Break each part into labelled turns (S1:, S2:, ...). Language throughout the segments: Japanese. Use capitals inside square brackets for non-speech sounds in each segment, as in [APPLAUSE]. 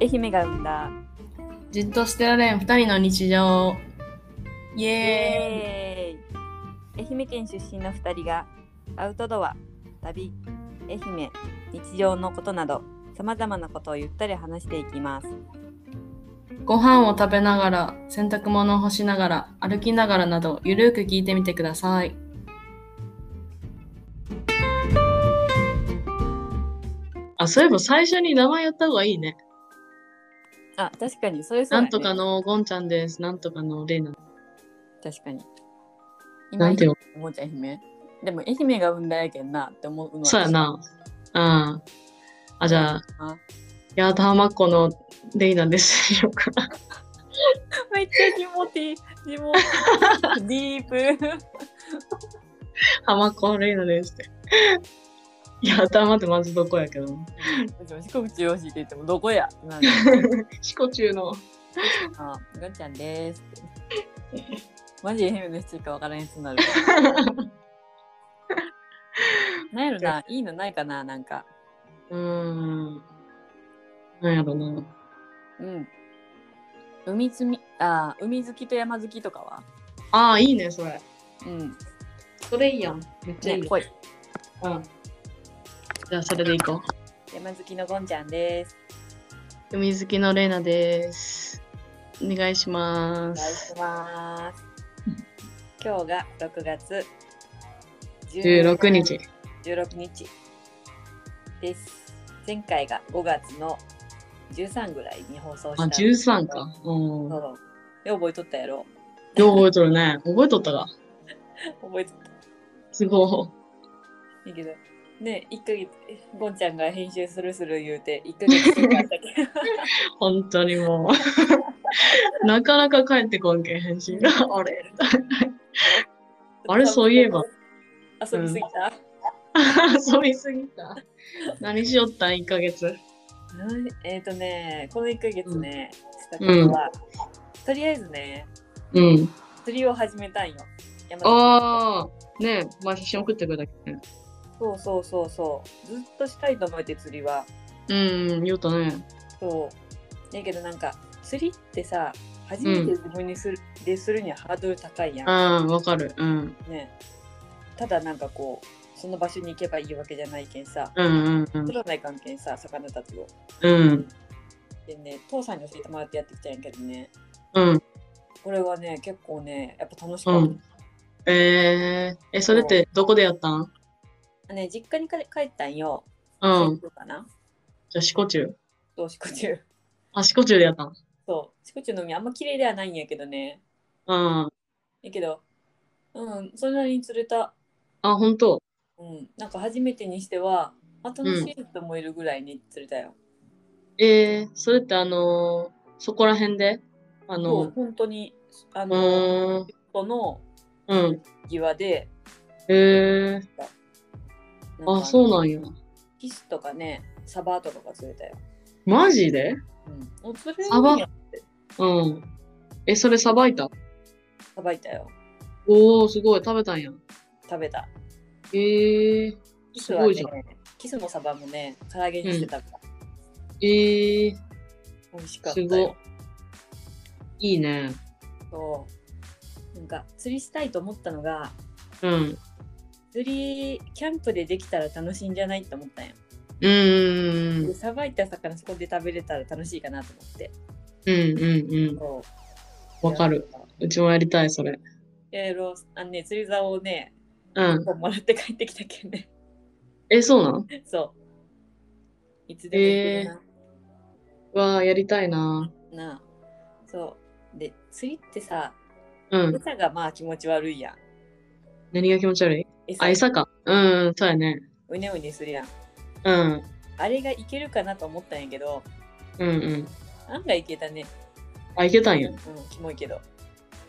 S1: 愛媛が生んだ
S2: じっとしてられん2人の日常イ
S1: イ
S2: エ
S1: エ
S2: ーイ
S1: ーイ愛媛県出身の2人がアウトドア旅愛媛日常のことなどさまざまなことをゆったり話していきます
S2: ご飯を食べながら洗濯物を干しながら歩きながらなどゆるく聞いてみてくださいあそういえば最初に名前やった方がいいね
S1: あ確かにそれそうだ
S2: なん
S1: ね
S2: とかのゴンちゃんですなんとかのレイナ
S1: 確かに今
S2: なんてよ
S1: 思うちゃん愛媛でも愛媛が生んだやけんなって思うのは
S2: そうやなうんあじゃあ
S1: あ
S2: 八幡浜っ子のレイナです [LAUGHS] よか
S1: [LAUGHS] めっちゃ気持ちいい気持ちいいディー
S2: [LAUGHS]
S1: プ [LAUGHS]
S2: 浜っ子レイナですって [LAUGHS] 八幡浜ってまずどこやけど
S1: でも四国中央市って言ってもどこやってなる
S2: 四股中 [LAUGHS] の
S1: あ、ガンちゃんですって。マジ愛媛の人しかわからんやつになる。なんやろ [LAUGHS] な、いいのないかな、なんか。
S2: うーん。なんやろな。
S1: うん。海積み、あー、海好きと山好きとかは。
S2: ああ、いいね、それ。
S1: うん。ね、
S2: それいいやん。めっ
S1: ぽい。
S2: うん。じゃあ、それでいこう。
S1: 山好きのゴンちゃんです。
S2: 海好きのレイナです。お願いしま
S1: お願いし
S2: す。
S1: ます。今日が6月
S2: 16日。
S1: 16日です。前回が5月の13ぐらいに放送し
S2: あ、
S1: た。
S2: 13か。うん。
S1: そ
S2: よ
S1: う。よう覚えとったやろ。
S2: う覚えとるね。覚えとったか。
S1: 覚えとった。
S2: すご
S1: いいけど。ね一1ヶ月、ゴンちゃんが編集するする言うて、1ヶ月とかあったけ
S2: い。本当にもう。 [LAUGHS] なかなか帰ってこんけん、返信が。 [LAUGHS]
S1: [LAUGHS]
S2: あれ。
S1: ど。
S2: あれそういえば。
S1: 遊びすぎた、
S2: [LAUGHS] 遊びすぎた。何しよったん、1ヶ月。
S1: うんえっ、とね、この1ヶ月ね、したことは、とりあえずね、
S2: うん。
S1: 釣りを始めたんよ。山崎
S2: ああ、ねえ、まあ、写真送ってくれたけどね。
S1: そうそうそうそう。ずっとしたいと思って釣りは。
S2: うん、言うとね。
S1: そう。だけどなんか、釣りってさ、初めて自分にする、でするにはハードル高いやん。
S2: うん、わかる。うん。
S1: ね、ただなんかこうその場所に行けばいいわけじゃないけんさ
S2: うんうんうん
S1: 取。らない関係にさ魚たちを
S2: うん。
S1: でね父さんに教えてもらってやってきたんやけどね
S2: うん。
S1: これはね結構ねやっぱ楽し
S2: う
S1: かっ
S2: ん。えー、え、それってどこでやったん
S1: た、ね実家に帰帰ったんよ、
S2: うん。
S1: そうかな
S2: じゃあ、四股中。
S1: そう [LAUGHS] 四国中
S2: あ、四股中でやったん
S1: そう四国中の海あんま綺麗ではないんやけどね
S2: うん。
S1: やけどうんそれなりに釣れた
S2: あ、ほんと。
S1: うんなんか初めてにしてはあ楽しいと思えるぐらいに釣れたよ、
S2: えー、それってあのー、そこら辺であ
S1: そう
S2: の
S1: 本当にあ
S2: ー、う
S1: の、
S2: ーん。
S1: この
S2: うん。
S1: 際で
S2: えー、
S1: なんか
S2: あ、そうなんや。
S1: キスとかね、サバとかが釣れたよ。
S2: マジ
S1: う
S2: で
S1: ん。お釣れ
S2: サバ
S1: んや
S2: うん。え、それさばいた
S1: さばいたよ。
S2: おー、すごい。食べたんや。
S1: 食べた。
S2: えー、
S1: キス
S2: す
S1: は
S2: ご
S1: ね
S2: いじゃん。、
S1: キスもサバもね、唐揚げにしてたから、
S2: えー、
S1: 美味しかった
S2: す
S1: よ。
S2: ごい。いいね。
S1: そう。なんか釣りしたいと思ったのが、
S2: うん。
S1: 釣りキャンプでできたら楽しいんじゃないって思ったんよ。
S2: うーん
S1: で。さばいた魚そこで食べれたら楽しいかなと思って。
S2: うんうんうん。
S1: そう。
S2: わかる。うちもやりたい、それ。
S1: いや。いろいろあのね、釣り竿をね、
S2: うん。
S1: もらって帰ってきたけんね。 [LAUGHS]
S2: え、そうなん
S1: そう。いつでも行けるな。
S2: わあ、やりたいな。
S1: なあそうで釣りってさ
S2: うん。
S1: 餌がまあ気持ち悪いやん
S2: 何が気持ち悪い
S1: 餌
S2: あ、餌か。うん、そうやね。
S1: うねうねするやん
S2: うん。
S1: あれがいけるかなと思ったんやけど
S2: うんうん。
S1: 案外いけたね
S2: あ、いけたん
S1: う
S2: や。
S1: んキモいけど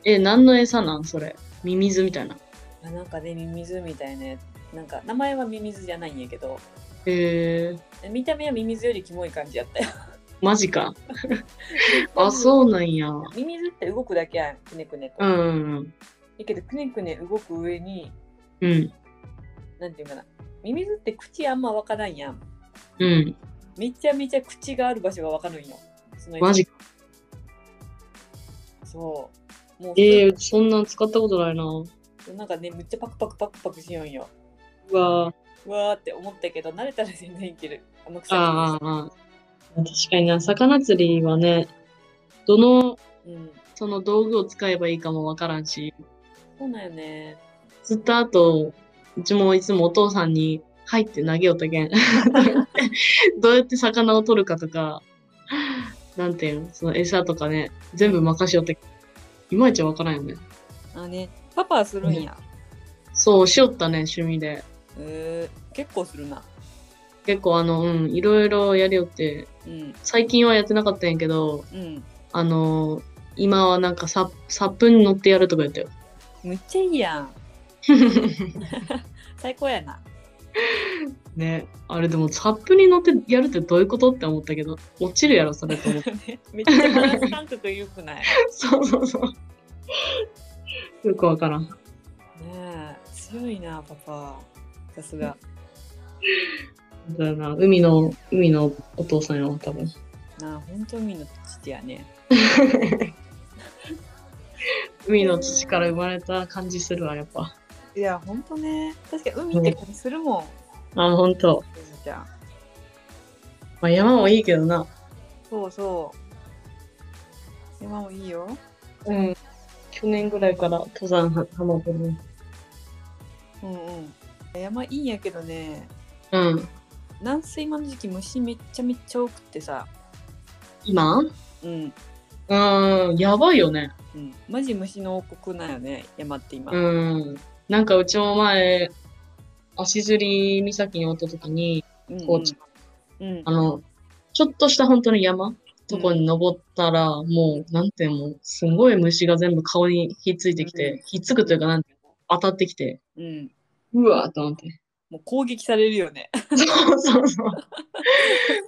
S2: え、何の餌なんそれ。ミミズみたいな。
S1: あなんかねミミズみたいなやつなんか名前はミミズじゃないんやけど
S2: へえ。
S1: 見た目はミミズよりキモい感じやったよ [LAUGHS]
S2: マジ [LAUGHS] か。あ、そうなんや。
S1: ミミズって動くだけやんくねくねと、
S2: うんうん
S1: やけどくねくね動く上に
S2: うん。うん。
S1: なんていうかなミミズって口あんまわからんやん
S2: うん。
S1: めちゃめちゃ口がある場所がわかるんよその
S2: マジか。
S1: そうもう、
S2: えー、そんなん使ったことないな。う
S1: なんかねめっちゃパクパクパクパクしよんよ
S2: わー
S1: うわーって思ったけど慣れたら全然いけるあの草
S2: あーあーあー確かにな、魚釣りはね、どの、
S1: 木うん
S2: その道具を使えばいいかもわからんし、
S1: そうなんよね
S2: 釣った後、うちもいつもお父さんに、入って投げよったけん。 [LAUGHS] どうやって魚を取るかとか、なんていうの、その餌とかね、全部任しよったけん。いまいちわからんよね。
S1: あねパパはするんや、
S2: そう、しよったね、趣味で。
S1: えー、結構するな
S2: 結構あの、うん、いろいろやりよって、
S1: うん
S2: 最近はやってなかったんやけど、
S1: うん
S2: あの、今はなんかササップに乗ってやるとか言 [LAUGHS] ったよ。
S1: むっちゃいいやん最高やな
S2: ね、あれでもサップに乗ってやるってどういうことって思ったけど、落ちるやろ、それと思って。
S1: [LAUGHS] めっちゃバランス感覚良くないね
S2: [LAUGHS] そうそうそう。よくわからん。
S1: え強いなパパさすが
S2: だよな、海の、海のお父さんよ、多分。
S1: なあ本当海の父やね
S2: 海の土から生まれた感じするわ、やっぱ。
S1: いや本当ね確かに海って感じするもん、
S2: あ、ほんと。
S1: うん、ちゃん
S2: まあ、山もいいけどな。
S1: そうそう山もいいよ
S2: うん。去年ぐらいから登山はハマってる。
S1: うんうん山いいんやけどね
S2: うん。
S1: 軟水今の時期虫めっちゃめっちゃ多くってさ
S2: 今う
S1: うん
S2: ーん、やばいよね。
S1: うんマジ虫の王国なんよね山って今、
S2: うん。なんかうちも前、足摺岬におった時に、
S1: うんうん
S2: 高知、
S1: うん
S2: あの、ちょっとした本当に山とこに登ったら、もう、なんてもう、すごい虫が全部顔にひっついてきて、
S1: うん
S2: ひっつくというか、なんて当たってきて、
S1: うん
S2: うわーと思って。
S1: もう攻撃されるよね [LAUGHS]
S2: そうそうそう。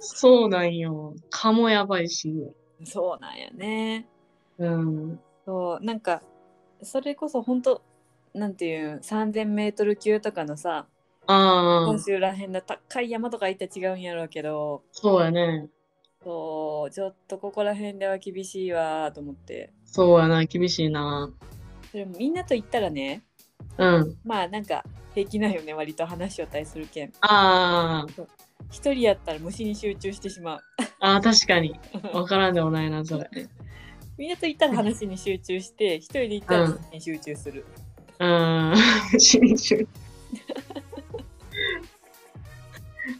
S2: そうなんよ。蚊もやばいし。
S1: そうなんやね
S2: うん。
S1: そうなんかそれこそ本当なんていうん 3,000m 級とかのさ
S2: あ
S1: 本
S2: あ、
S1: 州らへんの高い山とか行ったら違うんやろうけど
S2: そうやね。
S1: そうちょっとここら辺では厳しいわーと思って
S2: そうやな。厳しいな。
S1: それみんなと行ったらね
S2: うん。
S1: まあなんか平気なんよね割と話しよったりするけん
S2: あー
S1: 一人やったら虫に集中してしまう
S2: あー、確かに。わからんでもないな、それ。
S1: みんなと行ったら話に集中して一人で行ったら
S2: うん
S1: 虫に集中する、
S2: うん。 [LAUGHS] 真珠。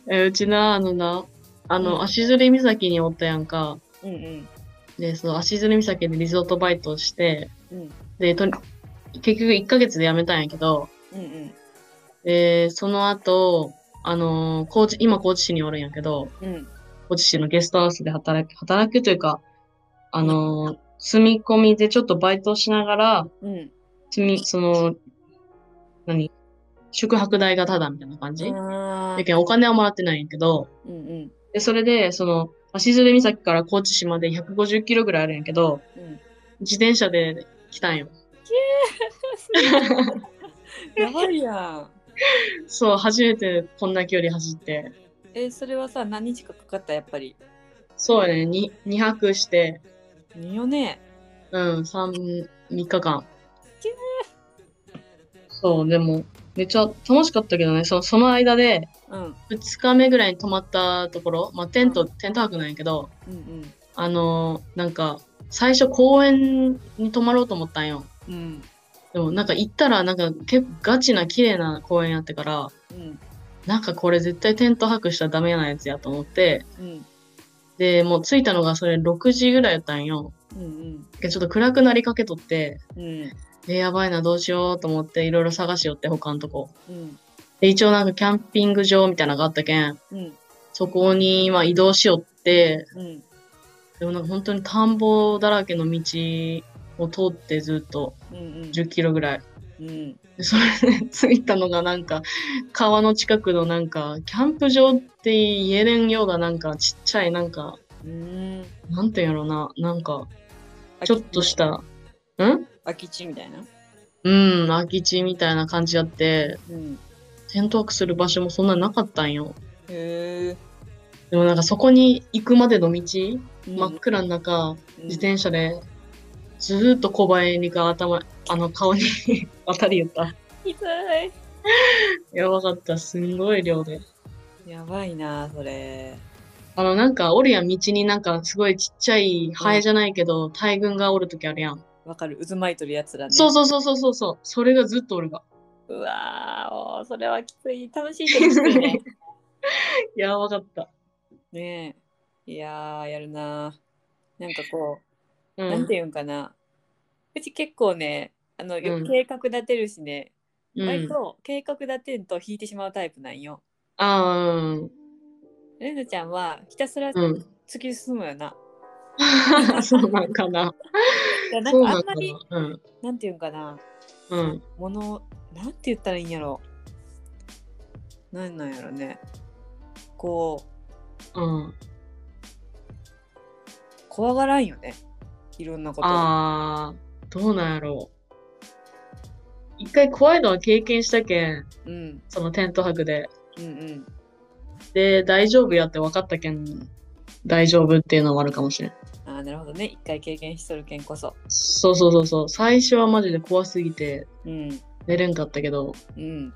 S2: え、うちな、あのな、あ
S1: うん
S2: の、足摺岬におったやんか。
S1: うん、うん
S2: で、その足摺岬でリゾートバイトをして、
S1: うんうん
S2: で、とに結局1ヶ月で辞めたんやけど、
S1: うん
S2: で、その後、あのー高知、今高知市におるんやけど、
S1: うん
S2: 高知市のゲストハウスで働く、働くというか、あのー住み込みでちょっとバイトをしながら、
S1: うん
S2: 住み、その、何宿泊代がタダみたいな感じ。
S1: あ
S2: だ
S1: ー
S2: けどお金はもらってないんやけど、
S1: うんうん
S2: で、それで、その、足摺岬から高知市まで150キロぐらいあるんやけど、
S1: うん
S2: 自転車で来たんよ。
S1: やばいやん
S2: そう、初めてこんな距離走って。
S1: えそれはさ何日かかかったやっぱり
S2: そうやね、に2泊して、
S1: いいよね
S2: うん、三、三日間
S1: キュ。
S2: そう、でも、めっちゃ楽しかったけどね、そその間で、
S1: うんうん
S2: 二日目ぐらいに泊まったところ、まあ、テント、テント泊なんやけど、
S1: うん
S2: あのーなんか、最初公園に泊まろうと思ったんよ。
S1: うん
S2: でも、なんか行ったら、なんか結構ガチな綺麗な公園やってから、
S1: うん
S2: なんかこれ絶対テント泊したらダメなやつやと思って、
S1: うん
S2: で、もう着いたのがそれ6時ぐらいやったんよ。
S1: うん
S2: でちょっと暗くなりかけとって、
S1: うん
S2: えーやばいな、どうしようと思って、いろいろ探しよって、他のとこ。
S1: うん
S2: で、一応なんかキャンピング場みたいなのがあったけん、
S1: うん
S2: そこに、まあ移動しよって、
S1: うん
S2: でもなんか本当に田んぼだらけの道を通ってずっと
S1: うん
S2: 10キロぐらい。
S1: うん
S2: で、それで着いたのがなんか、川の近くのなんか、キャンプ場って言えれんようななんかちっちゃいなんか、
S1: うん
S2: なんていうんやろな、なんか、ちょっとした、ん
S1: 空き地みたいな
S2: うん、空き地みたいな感じあって、
S1: うん
S2: テント泊する場所もそんななかったんよ。
S1: へえ
S2: でもなんかそこに行くまでの道
S1: うん
S2: 真っ暗の中、
S1: うん
S2: 自転車で、ずーっと小林が頭、あの顔に [LAUGHS] 渡り言った。
S1: きつい
S2: やばかった。すんごい量で。
S1: やばいなそれ
S2: あの、なんか、おるやん、道になんか、すごいちっちゃい、ハエじゃないけど、大群がおるときあるやん。
S1: わかる渦巻いとるやつらね
S2: そうそうそうそうそうそう。それがずっとお
S1: [LAUGHS]
S2: るが。
S1: うわーおーそれはきつい楽しいけどきつい
S2: [LAUGHS]
S1: ね
S2: やばかった。
S1: ねえいやーやるななんかこ
S2: う
S1: う、
S2: ん。
S1: なんていうんかなうち結構ねあの、よ
S2: うん
S1: 計画立てるしね
S2: う
S1: 割
S2: ん、
S1: と計画立てると引いてしまうタイプなんよ。
S2: あーうん。
S1: レナちゃんはひたすら
S2: うん。
S1: 突き進むよな。 [LAUGHS]
S2: そうなんかな。
S1: いやな
S2: そ
S1: ん
S2: う
S1: か
S2: な
S1: あん
S2: んか
S1: まり
S2: な。うん。
S1: なんていうんかな
S2: うん。
S1: ものなんて言ったらいいんやろなんなんやろねこ
S2: うん。
S1: う怖がらんよねいろんなことを
S2: あー、どうなんやろう。一回怖いのは経験したけん、
S1: うん
S2: そのテント泊で。
S1: うんうん
S2: で、大丈夫やって分かったけん、大丈夫っていうのもあるかもしれん。
S1: ああなるほどね一回経験しとるけんこそ
S2: そうそうそうそう。最初はマジで怖すぎて
S1: うん
S2: 寝れんかったけど、
S1: うん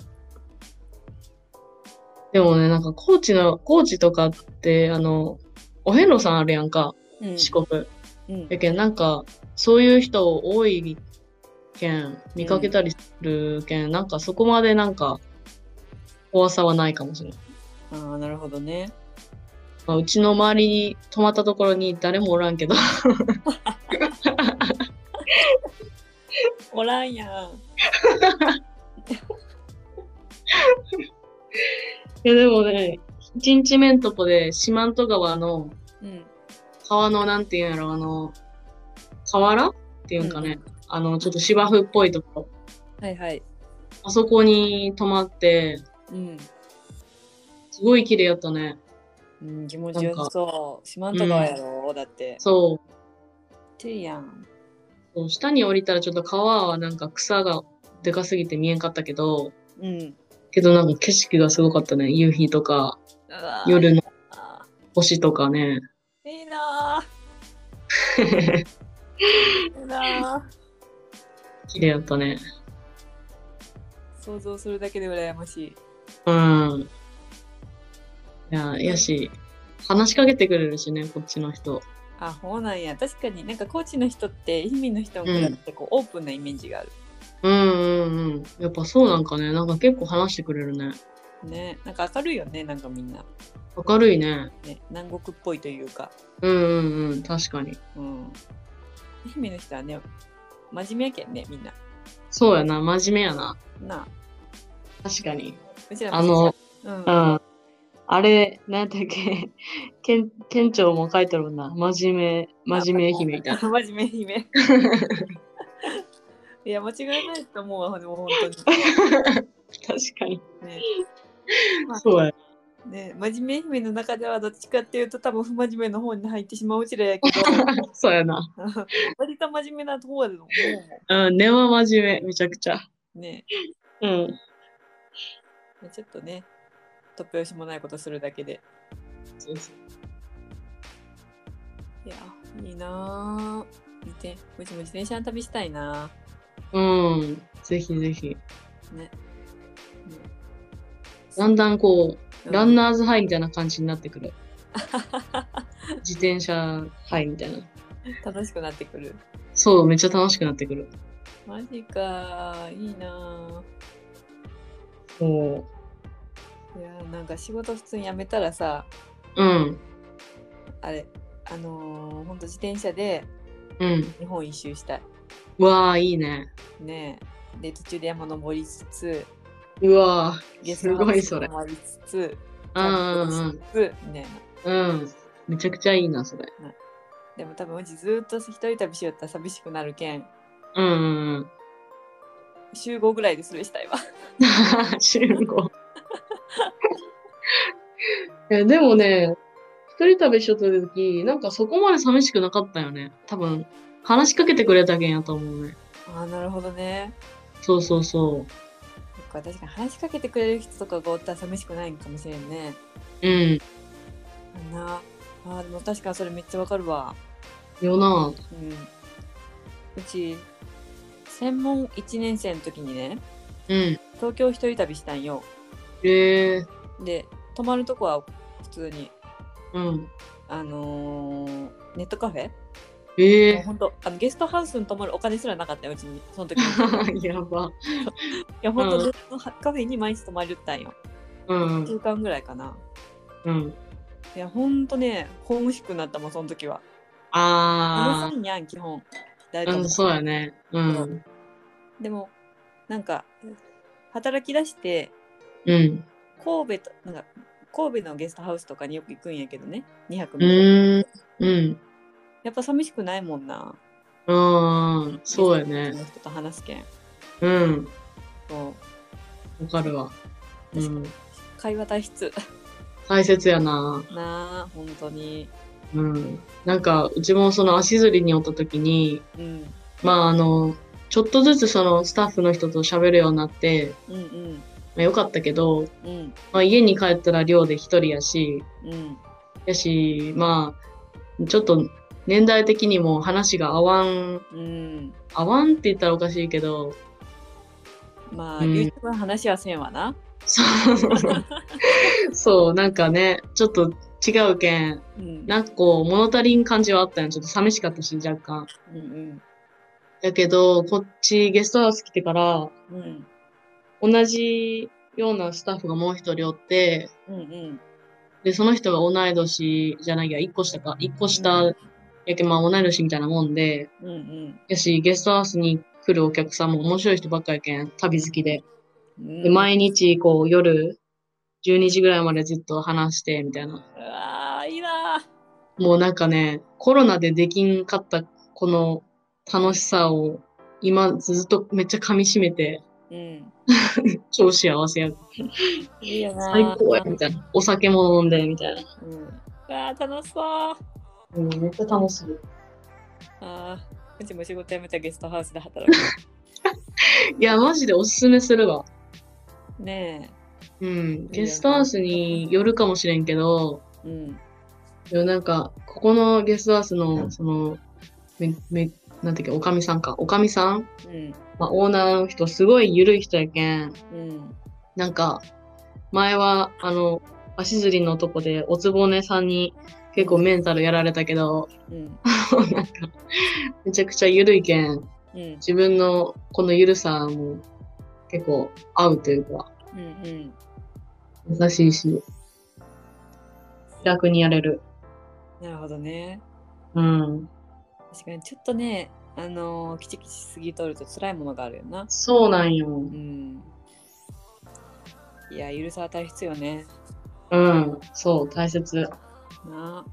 S2: でもね、なんか高知の、高知とかって、あの、お遍路さんあるやんか、
S1: うん
S2: 四国。
S1: うん
S2: やけん、なんか、そういう人多いけん、見かけたりするけん、なんかそこまでなんか、怖さはないかもしれない。
S1: ああなるほどね
S2: まあ、うちの周りに泊まったところに誰もおらんけ [LAUGHS] ど、
S1: おらんやん
S2: いやでもね、一日目んとこで四万十川の
S1: うん
S2: 川のなんていうんやろ、あの、河原っていうんかね、あの、ちょっと芝生っぽいところ、
S1: はいはい
S2: あそこに泊まって、
S1: うん、
S2: すごい綺麗やったね。
S1: うん、気持ちよさそう四万十川やろ、だって
S2: そう。
S1: ていやん
S2: そう下に降りたらちょっと川はなんか草がでかすぎて見えんかったけど、
S1: うん
S2: けどなんか景色がすごかったね。夕日とか、
S1: うわー
S2: 夜の
S1: あ
S2: 星とかね。
S1: ーいいな
S2: [LAUGHS]
S1: ーいいなー
S2: 綺麗やったね。
S1: 想像するだけで羨ましい。
S2: うん。いや、やし、話しかけてくれるしね、こっちの人。
S1: あ、ほうなんや。確かになんか高知の人って、氷見の人も比べてこう、オープンなイメージがある。
S2: うんうんうん。やっぱそうなんかね、なんか結構話してくれるね。
S1: ね、なんか明るいよね、なんかみんな。
S2: 明るいね。
S1: ね、南国っぽいというか。
S2: うんうんうん、確かに。
S1: うん。愛媛の人はね、真面目やけんね、みんな。
S2: そうやな、真面目やな。
S1: なあ、
S2: 確かに。
S1: うちらも
S2: あの、
S1: うん、
S2: う
S1: あ
S2: ん。あれ、なんやったっけ、 [LAUGHS] 県、県庁も書いてるもんな。真面目、真面目姫みたいな。
S1: 真面目愛媛。いや、間違いないと思うわ、でも本
S2: [LAUGHS] 確かに。
S1: 当に。ね、
S2: そうや。
S1: ね、真面目愛媛の中ではどっちかっていうと、多分不真面目の方に入ってしまううちらやけど。
S2: [LAUGHS] そうやな。
S1: [LAUGHS] 割と真面目な方だと思うも
S2: うん、根は真面目、めちゃくちゃ。
S1: んね
S2: うん。
S1: ちょっとね突拍子もないことするだけで
S2: そうそう
S1: いやいいなぁ見てうちも自転車の旅したいな
S2: うん。ぜひぜひ。
S1: ぁね、
S2: だんだんこ
S1: う
S2: う、ラン
S1: ナ
S2: ナーズハイみたいな感じになってくる。自転車ハイみたいな。
S1: 楽しくなってくる
S2: そう、めっちゃ楽しくなってくる。
S1: マジかいいな
S2: そ
S1: ぁいやなんか仕事普通に辞めたらさ
S2: う。うん。
S1: あれあのー、ほんと自転車で
S2: うん。
S1: 日本一周したい
S2: わあ、いいね。
S1: ねえで途中で山登りつつ
S2: うわあ、
S1: ゲス
S2: す
S1: トハ
S2: ご
S1: ウ
S2: い
S1: ス
S2: それ。
S1: 回りつつ
S2: うんうんうん。
S1: キャンプをしつつみたいな
S2: うん。めちゃくちゃいいな、それ。
S1: でも多分うちずっと一人旅しよったら寂しくなるけん
S2: うんうんうん。
S1: 週5ぐらいでそれしたいわ
S2: [LAUGHS] 集合。いやでもね、一人旅しよった時、なんかそこまで寂しくなかったよね。多分、話しかけてくれたけんやと思うね。
S1: ああなるほどね
S2: そうそう
S1: そっ
S2: そ
S1: か確かに話しかけてくれる人とかがおったら寂しくないんかもしれんね
S2: う。うん。
S1: あんなあーでも確かにそれめっちゃわかるわ。
S2: よな。
S1: うん。うち、専門1年生の時にね、
S2: うん。
S1: 東京一人旅したんよ。
S2: ええ
S1: で、泊まるとこは普通に、
S2: うん。
S1: あのーネットカフェ
S2: え
S1: もう
S2: え
S1: ほんとあのゲストハウスに泊まるお金すらなかったよ、うちに、その時
S2: [LAUGHS] やば。
S1: いや、ほんと、
S2: うん
S1: ネットカフェに毎日泊まりよったんよ。
S2: うん
S1: 1。週間ぐらいかな。
S2: うん。
S1: いや、ほんとね、ホームシックになったもん、その時は。あ
S2: あ
S1: のんやん、基本。誰
S2: あ。
S1: と
S2: う
S1: も
S2: ん、そうやね。うん。
S1: でも、なんか、働き出して、
S2: うん。
S1: 神戸と、なんか、神戸のゲストハウスとかによく行くんやけどね、2泊
S2: う
S1: 三日
S2: ーん。うん。
S1: やっぱ寂しくないもんな。
S2: うん。そうやね。
S1: ゲストハウスの人と話すけん。
S2: うん。
S1: そう
S2: わかるわ。うん。
S1: 会話体質。
S2: 大切やな。
S1: なあ、本当に。
S2: うん。なんか、うちもその足ずりにおった時に、
S1: うん。
S2: まああの、ちょっとずつそのスタッフの人と喋るようになって、
S1: うん
S2: まあ、よかったけど、
S1: うん。うん。
S2: まあ、家に帰ったら寮で一人やし、
S1: うん。
S2: やし、まあ、ちょっと年代的にも話が合わん、
S1: うん。
S2: 合わんって言ったらおかしいけど、
S1: まあ、
S2: うん
S1: 言うてくれん話はせんわな。
S2: そう、そう、 [LAUGHS] なんかね、ちょっと違うけん、
S1: うん。
S2: なんかこう、物足りん感じはあったんよちょっと寂しかったし、若干。
S1: うん
S2: だけど、こっちゲストハウス来てから、
S1: うん。うん。
S2: 同じようなスタッフがもう一人おって、
S1: うんうん。
S2: で、その人が同い年じゃないや、一個下か、一個下やけ、まあ同い年みたいなもんで、
S1: うんうん。
S2: やし、ゲストハウスに来るお客さんも面白い人ばっかやけん、旅好きで。
S1: うん
S2: で、毎日、こう、夜、12時ぐらいまでずっと話して、みたいな。
S1: うわあ、いいなあ。
S2: もうなんかね、コロナでできんかった、この楽しさを、今ずっとめっちゃ噛み締めて、
S1: うん。
S2: 超幸せや。
S1: いいよな。
S2: 最高や、みたいな。お酒も飲んで、みたいな。
S1: うん。うわあ、楽しそう。
S2: うん、めっちゃ楽しい。
S1: ああ、うちも仕事辞めたらゲストハウスで働く。
S2: いや、マジでおすすめするわ。
S1: ね
S2: うん、ゲストハウスによるかもしれんけど、
S1: え。うん。
S2: でもなんか、ここのゲストハウスの、その、め、め、なんていうか、おかみさんか。おかみさん、
S1: うん。
S2: まあ、オーナーの人、すごい緩い人やけん。
S1: うん。
S2: なんか、前は、あの、足ずりのとこで、おつぼねさんに結構メンタルやられたけど、 [LAUGHS]
S1: うん。
S2: なんか、めちゃくちゃ緩いけん、
S1: うん。
S2: 自分のこの緩さも結構合うというか、
S1: うん。うん。
S2: 優しいし、気楽にやれる。
S1: なるほどね。
S2: うん。
S1: 確かに、ちょっとね、あのー、きちきちしすぎとると辛いものがあるよな。
S2: そうなんよ
S1: う。ん。いや、ゆるさは大必要ね。
S2: うん。そう、大切。
S1: なあ。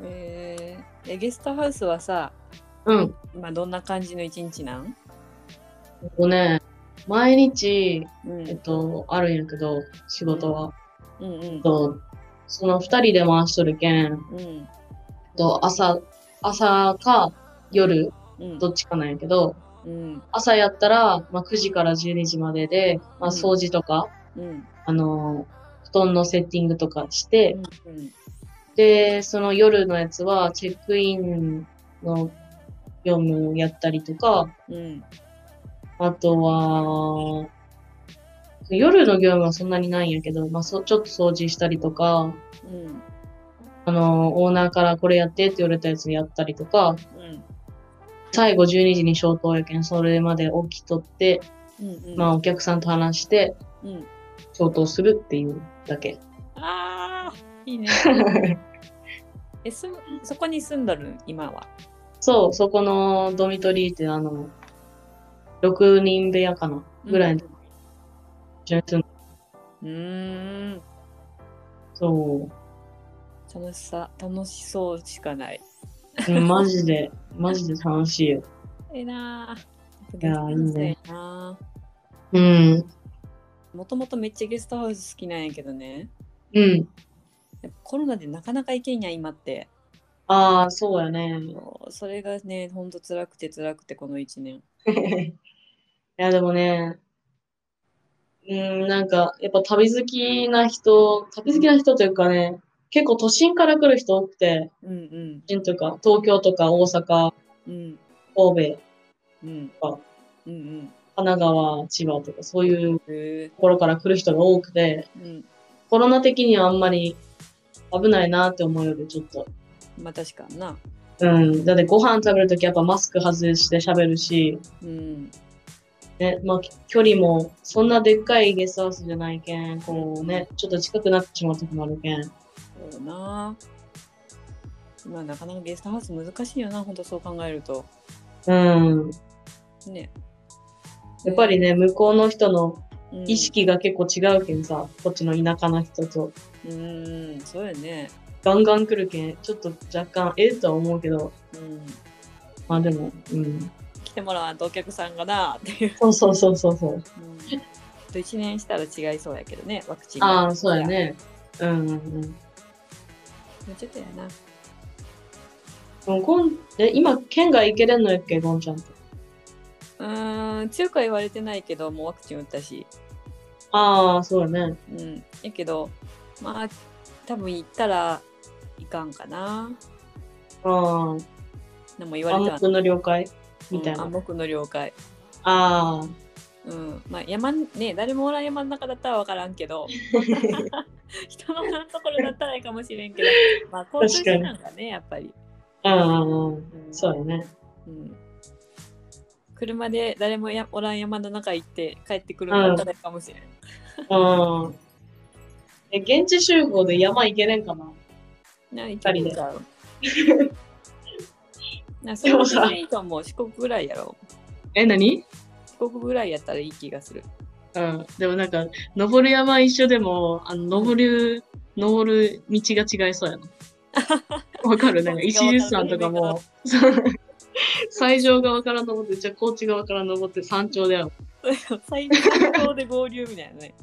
S1: えー、え、ゲストハウスはさ、
S2: うん。
S1: 今どんな感じの一日なん
S2: えっとね、毎日、
S1: うん。う
S2: えっ
S1: ん
S2: と、あるんやけど、仕事は。
S1: うん
S2: えっ。と、その二人で回しとるけん、
S1: うん。
S2: えっと、朝、朝か夜、
S1: うん。
S2: どっちかなんやけど、
S1: うん。
S2: 朝やったら、まあ、9時から12時までで、
S1: う
S2: まあ、
S1: ん
S2: 掃除とか、
S1: うん。
S2: あのー、布団のセッティングとかして、
S1: うん。
S2: で、その夜のやつは、チェックインの業務をやったりとか、
S1: うん。
S2: あとは、夜の業務はそんなにないんやけど、まあ、そちょっと掃除したりとか、
S1: うん。
S2: あのー、オーナーからこれやってって言われたやつやったりとか、
S1: うん。
S2: 最後12時に消灯やけん、それまで起きとって、
S1: うん。
S2: まあ、お客さんと話して、
S1: うん。
S2: 消灯するっていうだけ。
S1: ああ、いい
S2: [LAUGHS]
S1: ね。え、すんそこに住んどるん今は。
S2: そう、そこのドミトリーって、あの、6人部屋かなぐらいの、
S1: うん。うーん。
S2: そ
S1: 楽しさ、楽しそうしかない。
S2: う、うんマジ [LAUGHS] で、マジで楽しいよ。
S1: ええなー。
S2: いやーいいね
S1: ゲストハウスや
S2: うん、
S1: な。もともとめっちゃゲストハウス好きなんやけどね。
S2: うん。
S1: やっぱコロナでなかなか行けんやん、今って。
S2: ああ、そうやね。 [LAUGHS]
S1: そうそれがね、ほんと辛くて辛くて、この1年。
S2: いや、でもね、うん、なんか、やっぱ旅好きな人、旅好きな人というかね、結構都心から来る人多くて、
S1: うんうん
S2: 都心とか、東京とか大阪、
S1: うん
S2: 神戸、
S1: うん
S2: あ
S1: うんうん
S2: 神奈川、千葉とか、そういうと
S1: へえ
S2: ころから来る人が多くて、
S1: うん
S2: コロナ的にはあんまり危ないなって思うよりちょっと。
S1: まあ確かにな
S2: うん。だってご飯食べるときやっぱマスク外して喋るし、
S1: うん
S2: ね、まあ距離もそんなでっかいゲストハウスじゃないけん、こうね、ちょっと近くなってしまうときもあるけん。
S1: そうよなまあなかなかゲストハウス難しいよなほんとそう考えると
S2: うん。
S1: ね
S2: やっぱりね、向こうの人の
S1: うん
S2: 意識が結構違うけんさ、こっちの田舎の人と。
S1: うんそうやね
S2: ガンガン来るけん、ちょっと若干、ええとは思うけど、
S1: うん
S2: まあでも、うん。
S1: 来てもらわんとお客さんがなっていう、
S2: そうそうそうそうそう。
S1: と1年したら違いそうやけどねワクチンが
S2: ああ、そうやね。うんうんうん。
S1: もうちょっとやな
S2: でもゴンえ今、県外行けれんのやっけ、ゴンちゃんって。
S1: うーん強くは言われてないけどもうワクチン打ったし
S2: ああ、そうだね。
S1: うんやけどまあ多分行ったらいかんかな
S2: あ
S1: 何も言
S2: あ、
S1: われ
S2: 暗
S1: ては
S2: 黙の了解みたい
S1: うん
S2: な。
S1: 暗黙の了解
S2: ああ、
S1: うんまあ山んね誰もおらん山の中だったら分からんけ
S2: [LAUGHS]
S1: ど人のおらんところだったらいいかもしれんけどまあ交通手段がねやっぱり、
S2: うんうんうん。
S1: うん
S2: そうや [LAUGHS] ね。
S1: うん車で誰もやおらん山の中行って帰ってくるのがいいかもしれん。
S2: うん。え、現地集合で山行けれんかな
S1: な行
S2: 人で
S1: ちゃう。
S2: [LAUGHS]
S1: なそれも全然いいと思う。四国ぐらいやろ。
S2: え、何
S1: 四国ぐらいやったらいい気がする。
S2: うん。でもなんか、登る山一緒でも、あの、登る、登る道が違い [LAUGHS] そうやな。わかるなんか、石術山とかも、 [LAUGHS] そう最上側から登って、じゃあ高知側から登って山頂だよ。
S1: 最長で合流みたいな
S2: [LAUGHS]
S1: ね。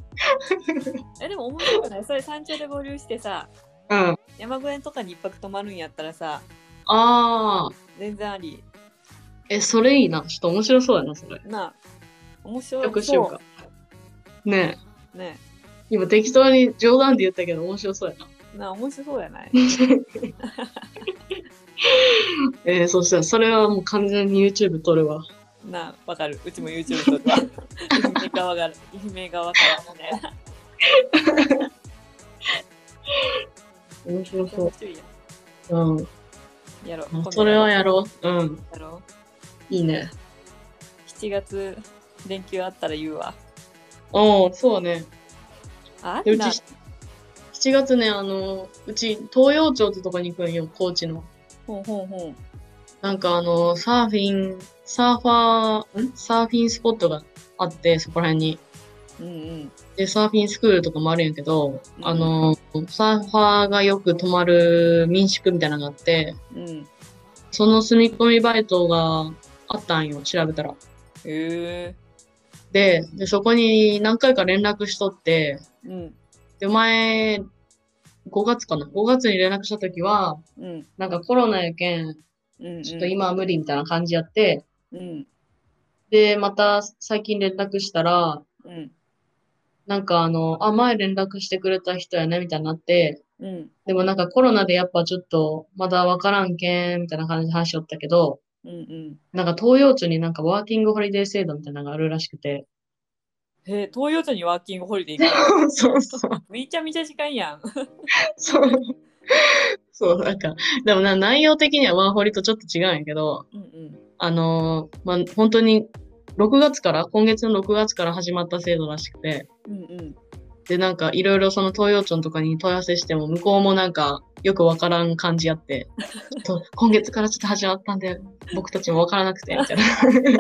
S1: えでも面白くないそれ山頂で合流してさ、
S2: うん。あ
S1: 山小屋とかに一泊泊まるんやったらさ、
S2: あー。
S1: 全然あり。
S2: え、それいいな。ちょっと面白そうやな、それ。
S1: なあ、面白
S2: よ
S1: い
S2: くしようか。ねえ。
S1: ね
S2: 今適当に冗談で言ったけど面白そうや
S1: な
S2: な。
S1: あ、面白そうやない
S2: えー、そしたらそれはもう完全に YouTube 撮るわ。
S1: なあ、わかる。うちも YouTube と
S2: [LAUGHS]
S1: か。愛媛側から、愛媛側からもね。
S2: 面白そ
S1: 面白いや
S2: う。うん。
S1: ん。やろう。今度
S2: それはやろう。うん。
S1: やろう。
S2: いいね。
S1: 7月、連休あったら言うわ。
S2: うん、そうね。
S1: あ、あ
S2: で
S1: る
S2: うち
S1: な。
S2: 7月ね、あの、うち東洋町ってとこに行くんよ、高知の。
S1: ほんほんほん。
S2: なんかあの、サーフィン、サーファー、んサーフィンスポットがあって、そこら辺に。
S1: うんうん。
S2: で、サーフィンスクールとかもあるんやけど、
S1: うん
S2: あの、サーファーがよく泊まる民宿みたいなのがあって、
S1: うん。
S2: その住み込みバイトがあったんよ、調べたら。
S1: へえ
S2: で、でそこに何回か連絡しとって、
S1: うん。
S2: で、前、5月かな ?5 月に連絡した時は、
S1: うん。
S2: なんかコロナやけん、
S1: うん。
S2: ちょっと今は無理みたいな感じやって、
S1: うん。
S2: で、また最近連絡したら、
S1: うん。
S2: なんかあの、あ、前連絡してくれた人やね、みたいになって、
S1: うん。
S2: でもなんかコロナでやっぱちょっとまだわからんけんみたいな感じで話しよったけど、
S1: うん。うん。
S2: なんか東洋町になんかワーキングホリデー制度みたいなのがあるらしくて。
S1: へえ、東洋町にワーキングホリデー行 [LAUGHS]
S2: そうそう。
S1: く。めちゃめちゃ時間やん。
S2: そう。そう、なんか、でもな内容的にはワーホリとちょっと違うんやけど、
S1: うんうん。
S2: あのーまあ、本当に6月から、今月の6月から始まった制度らしくて、
S1: うんうん。
S2: で、なんかいろいろその東洋町とかに問い合わせしても、向こうもなんかよくわからん感じやって、 [LAUGHS] ちょっと今月からちょっと始まったんで、僕たちもわからなくて、みたいな。
S1: 初めて来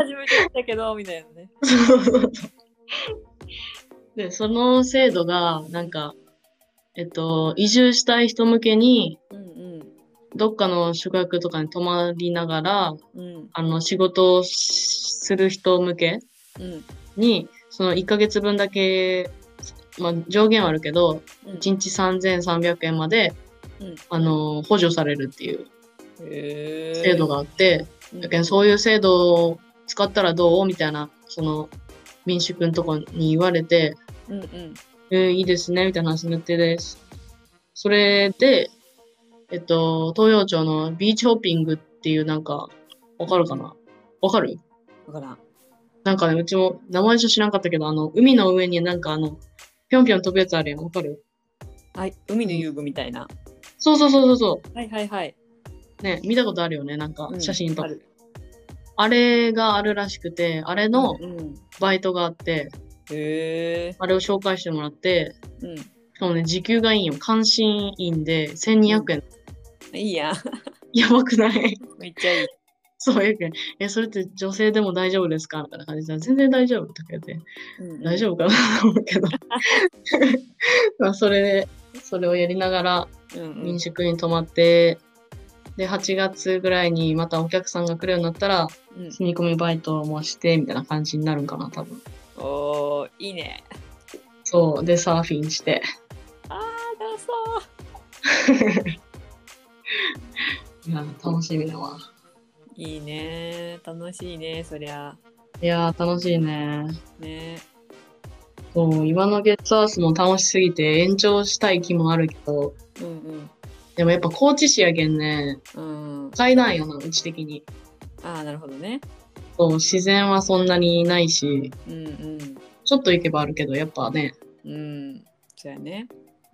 S1: たけど、みたいなね。
S2: [LAUGHS] で、その制度が、なんか、えっと、移住したい人向けに、
S1: うん
S2: どっかの宿泊とかに泊まりながら、
S1: うん。うん。
S2: あの、仕事をしする人向け
S1: うん。
S2: に、その1ヶ月分だけ、まあ、上限はあるけど、
S1: うん
S2: 1日3300円まで、
S1: うん
S2: あの、補助されるっていう
S1: へえ。
S2: 制度があって、
S1: うん。
S2: だけどそういう制度を使ったらどうみたいな、その、民宿のとこに言われて、
S1: うんうん。
S2: えーいいですね、みたいな話になってです。それで、えっと、東洋町のビーチホッピングっていうなんか、わかるかなわかる
S1: わからん。
S2: なんかね、うちも名前じゃ知らんかったけど、あの、海の上になんかあの、ぴょんぴょん飛ぶやつあるやん。わかる
S1: はい、海の遊具みたいな。
S2: そうそうそうそうそ
S1: はいはいはい。
S2: う。ね、見たことあるよね。なんか
S1: うん
S2: 写真と
S1: あ
S2: か。
S1: る
S2: あれがあるらしくて、あれの
S1: うん、
S2: バイトがあって、
S1: へえ。
S2: あれを紹介してもらって、
S1: うん。
S2: しかもね、時給がいいんよ。関心員で1200円。
S1: いいや。
S2: やばくない
S1: [LAUGHS] めっちゃいい。
S2: [LAUGHS] そう、よくねえ、それって女性でも大丈夫ですかみたいな感じで、全然大丈夫とか言って、大丈夫かなと思うけど。 [LAUGHS] まあ、それで、それをやりながら
S1: 夫。うんうん
S2: 民。宿に泊まって、で、8月ぐらいにまたお客さんが来るようになったら、
S1: うん
S2: 住み込みバイトもして、みたいな感じになるんかな、多分。
S1: おー、いいね。
S2: そう、で、サーフィンして。
S1: あー、楽しそう。
S2: いやー、楽しみだわ。
S1: いいね。楽しいね、そりゃ。
S2: いやー、楽しいね。
S1: ね。
S2: そう、今のゲッツアースも楽しすぎて延長したい気もあるけど、
S1: うん
S2: でもやっぱ高知市やけんね、
S1: うん。うん。
S2: 階段よな、うち的に。
S1: あー、なるほどね。
S2: そう、自然はそんなにないし、
S1: うん
S2: ちょっと行けばあるけど、やっぱね、
S1: うん。うん。そうやね。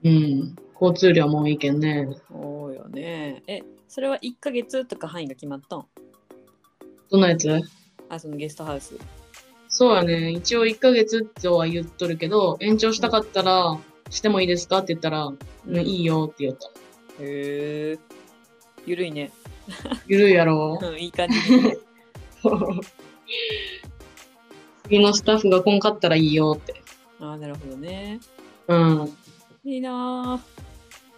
S2: うん、交通量も多いけんね。
S1: そうよね。え、それは1ヶ月とか範囲が決まったん
S2: どんなやつ
S1: あ、そのゲストハウス。
S2: そうやね、一応1ヶ月とは言っとるけど、延長したかったら、してもいいですかって言ったら、うん、いい
S1: よ。
S2: よって言った。
S1: へえ。ゆるいね。
S2: ゆるいやろ。 [LAUGHS]
S1: うん、いい感じに。
S2: 次のスタッフが来んかったらいいよって。
S1: あー、なるほどね。
S2: うん。い
S1: いいな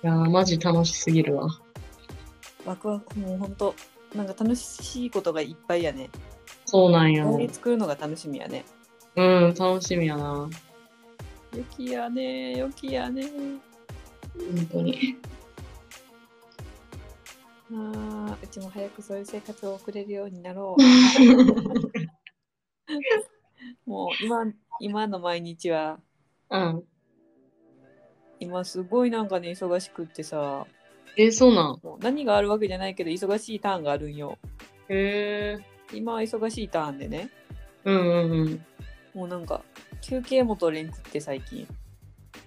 S2: やー、マジ楽しすぎるわ。
S1: ー。ワクワク、もうほんと、なんか楽しいことがいっぱいやね。
S2: そうなんや。
S1: これ作るのが楽しみやね。
S2: うん、楽しみやな。
S1: よきやね、よきやね。
S2: 本当に。
S1: ああ、うちも早くそういう生活を送れるようになろう。もう今今の毎日は、
S2: うん。
S1: 今すごいなんかね、忙しくってさ、
S2: えーそうなん。
S1: もう何があるわけじゃないけど、忙しいターンがあるんよ。
S2: へえ。
S1: 今は忙しいターンでね、
S2: うんうんうん。
S1: もうなんか、休憩も取れんくって最近。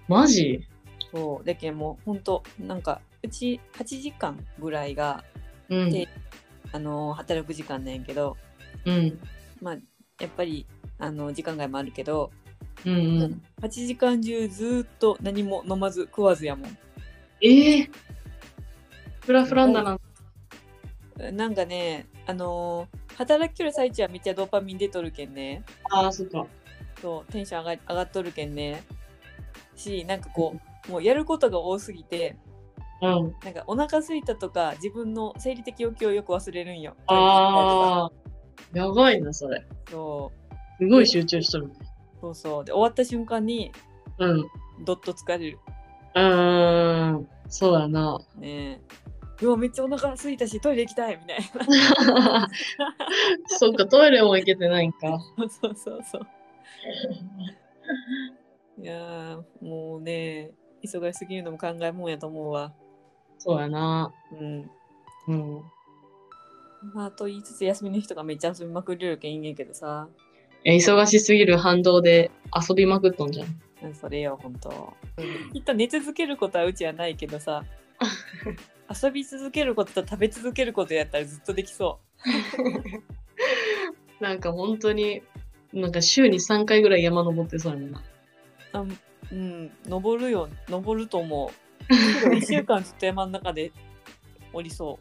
S2: マジ
S1: そう、だけんもうほんと、なんか、うち8時間ぐらいが、
S2: うん
S1: で。あのー働く時間なんやけど、
S2: うん。
S1: まあ、やっぱり、あの時間外もあるけど、
S2: うんうん。
S1: 8時間中ずーっと何も飲まず食わずやもん
S2: ええフラフラんだな。
S1: なんかねあのー働きよる最中はめっちゃドーパミン出とるけんね
S2: ああ、そっか。
S1: そうテンション上が上がっとるけんねしなんかこうもうやることが多すぎて
S2: うん。
S1: なんかお腹空いたとか自分の生理的欲求をよく忘れるんよ
S2: ああ。やばいな、それ。
S1: そう
S2: すごい集中しとるね。
S1: そうそうで終わった瞬間に
S2: うん。
S1: どっと疲れる
S2: うーん。そうや [LAUGHS] な。
S1: ねえうわめっちゃお腹空いたしトイレ行きたいみたいな
S2: そっか、トイレも行けてないんか。
S1: そうそうそうそういやーもうね忙しすぎるのも考えもんやと思うわ。
S2: そうやな。
S1: うん。
S2: うん。
S1: まあと言いつつ休みの日とかめっちゃ遊びまくるよけんいいねんけどさ。
S2: え、忙しすぎる反動で遊びまくっとんじゃん。
S1: うんそれよ、ほんと。きっと寝続けることはうちはないけどさ。遊び続けることと食べ続けることやったらずっとできそ
S2: なんか本当に、なんか週に3回ぐらい山登ってそうやもんな。
S1: う。あうん、登るよ、登ると思 [LAUGHS] う。1週間ずっと山の中で降りそ。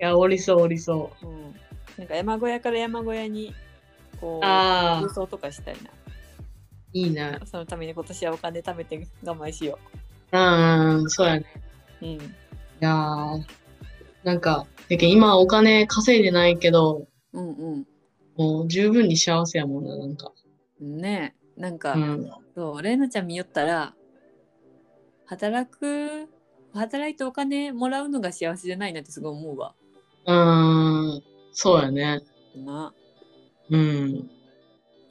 S2: いや、おりそう、おりそう
S1: うん。なんか山小屋から山小屋に、こ
S2: う。
S1: う、
S2: あ
S1: 空
S2: あ、
S1: 想とかしたいな。
S2: いいね。
S1: そのために今年はお金貯めて我慢しよ
S2: うんうん、そうやね。
S1: う。うん。
S2: いやーなんか、だけど今お金稼いでないけど、
S1: うんう
S2: もう十分に幸せやもんな、なんか。
S1: ん。ねえ、なんか、
S2: うん。
S1: そう、れいなちゃん見よったら、働く、働いてお金もらうのが幸せじゃないなってすごい思うわ。
S2: うん、そうやね。
S1: な
S2: うん。い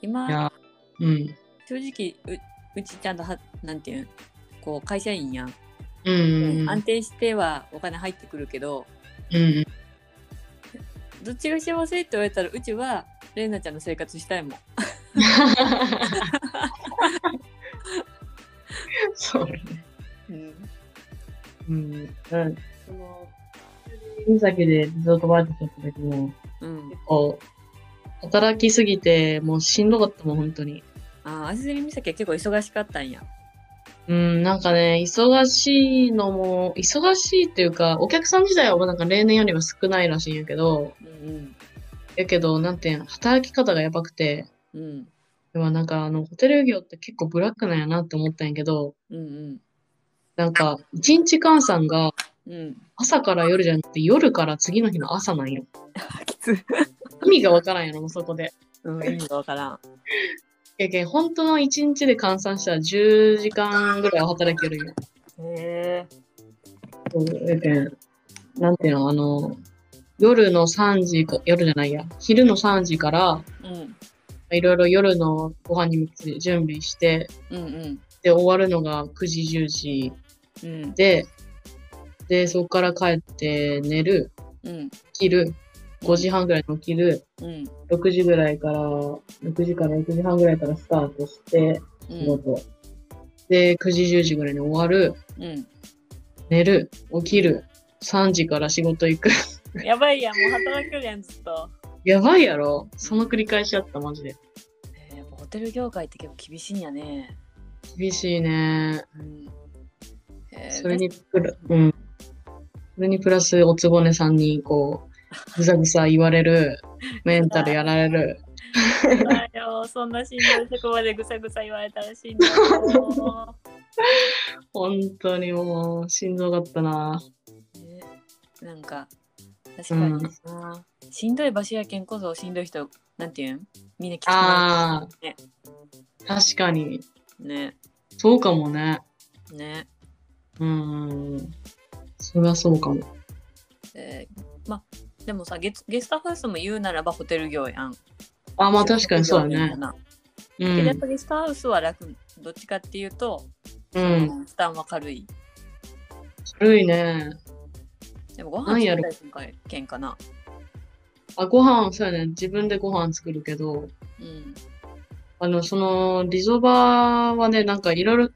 S1: 今、
S2: や、うん。
S1: 正直う、うちちゃんとは、なんていうん、こう、会社員やん。
S2: うんうんうん。
S1: 安定してはお金入ってくるけど
S2: うんうん。
S1: どっちが幸せって言われたらうちは玲奈ちゃんの生活したいもん
S2: そう。
S1: うん
S2: うん。うん。その、岬でずっとバイトしてた時も、
S1: うん、
S2: 結構、働きすぎて、もうしんどかったもん、本当に。
S1: ああ足摺岬は結構忙しかったんや
S2: うん、なんかね、忙しいのも、忙しいっていうか、お客さん自体はなんか例年よりは少ないらしいんやけど、
S1: うん
S2: やけど、なんていうん働き方がやばくて、
S1: うんうん
S2: でもなんかあの、ホテル業って結構ブラックなんやなって思ったんやけど、
S1: うん
S2: なんか、一日換算が
S1: うんうん
S2: 朝から夜じゃなくて、夜から次の日の朝なんよ。
S1: きつ
S2: 意味がわからんやろ、もうそこで。
S1: うん意味がわからん
S2: やけん、本当の一日で換算したら10時間ぐらいは働けるんよ。
S1: へえ
S2: そう、やけん、なんていうの、あの、夜の3時か、夜じゃないや、昼の3時から、
S1: うん
S2: いろいろ夜のご飯に向けて準備して、
S1: うんうん
S2: で、終わるのが9時、10時
S1: うん
S2: で、で、そこから帰って寝る、
S1: うん
S2: 起きる、5時半ぐらいに起きる、
S1: うん
S2: 6時ぐらいから、6時から6時半ぐらいからスタートして、
S1: う
S2: 仕
S1: ん
S2: 事。で、9時、10時ぐらいに終わる、
S1: うん
S2: 寝る、起きる、3時から仕事行く。 [LAUGHS]
S1: やばいやんもう働けるやんずっと
S2: やばいやろその繰り返しやった、マジで。
S1: えーやっぱホテル業界って結構厳しいんやね。
S2: 厳しいね。
S1: うんえー
S2: それにプラ、うん。それにプラス、おつぼねさんに、こう、ぐさぐさ言われる、メンタルやられる。
S1: 私だよそんなしんどい職場でぐさぐさ言われたらしんどいよ
S2: 本当にもう、しんどかったな。
S1: ねなんか確かにな、しんどい場所やけんこそしんどい人なんていうんみんな来てもら
S2: あ
S1: うね
S2: あ、確かに。
S1: ね
S2: そうかもね。
S1: ね、
S2: うん。そりゃそうかも。
S1: えーまでもさゲスゲストハウスも言うならばホテル業やん。
S2: あ、まあ確かにそうだね。う
S1: けどやっ
S2: ん。
S1: ぱゲストハウスは楽どっちかっていうと、
S2: うん。
S1: 負担は軽い。
S2: 古いね。
S1: でもご
S2: な
S1: 飯
S2: んや
S1: 作った
S2: ろ
S1: りするからけんかな。
S2: あ、ご飯、そうやね。自分でご飯作るけど、
S1: うん。
S2: あの、その、リゾバはね、なんかいろいろ、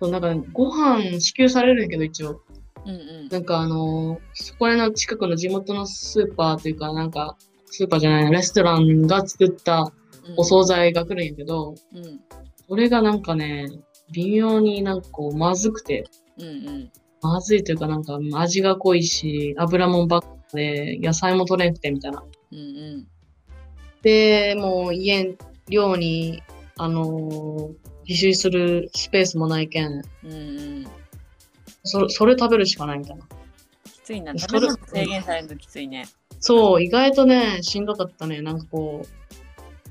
S2: そう、なんか、ご飯支給されるんやけど、一応。
S1: うんうん。
S2: なんかあの、そこらの近くの地元のスーパーというか、なんか、スーパーじゃないな、レストランが作ったお惣菜が来るんやけど、
S1: うんうん
S2: それがなんかね、微妙になんかこう、まずくて、
S1: うんうん。
S2: まずいというか、なんか味が濃いし、油もんばっかで、野菜も取れんくてみたいな。
S1: うんうん。
S2: で、もう家に、寮に、あのー自炊するスペースもないけん、
S1: うんうん。
S2: そそれ食べるしかないみたいな。
S1: きついな。
S2: そ
S1: 食
S2: れ
S1: べるの制限されるときついね。
S2: そう、意外とね、しんどかったね。なんかこう、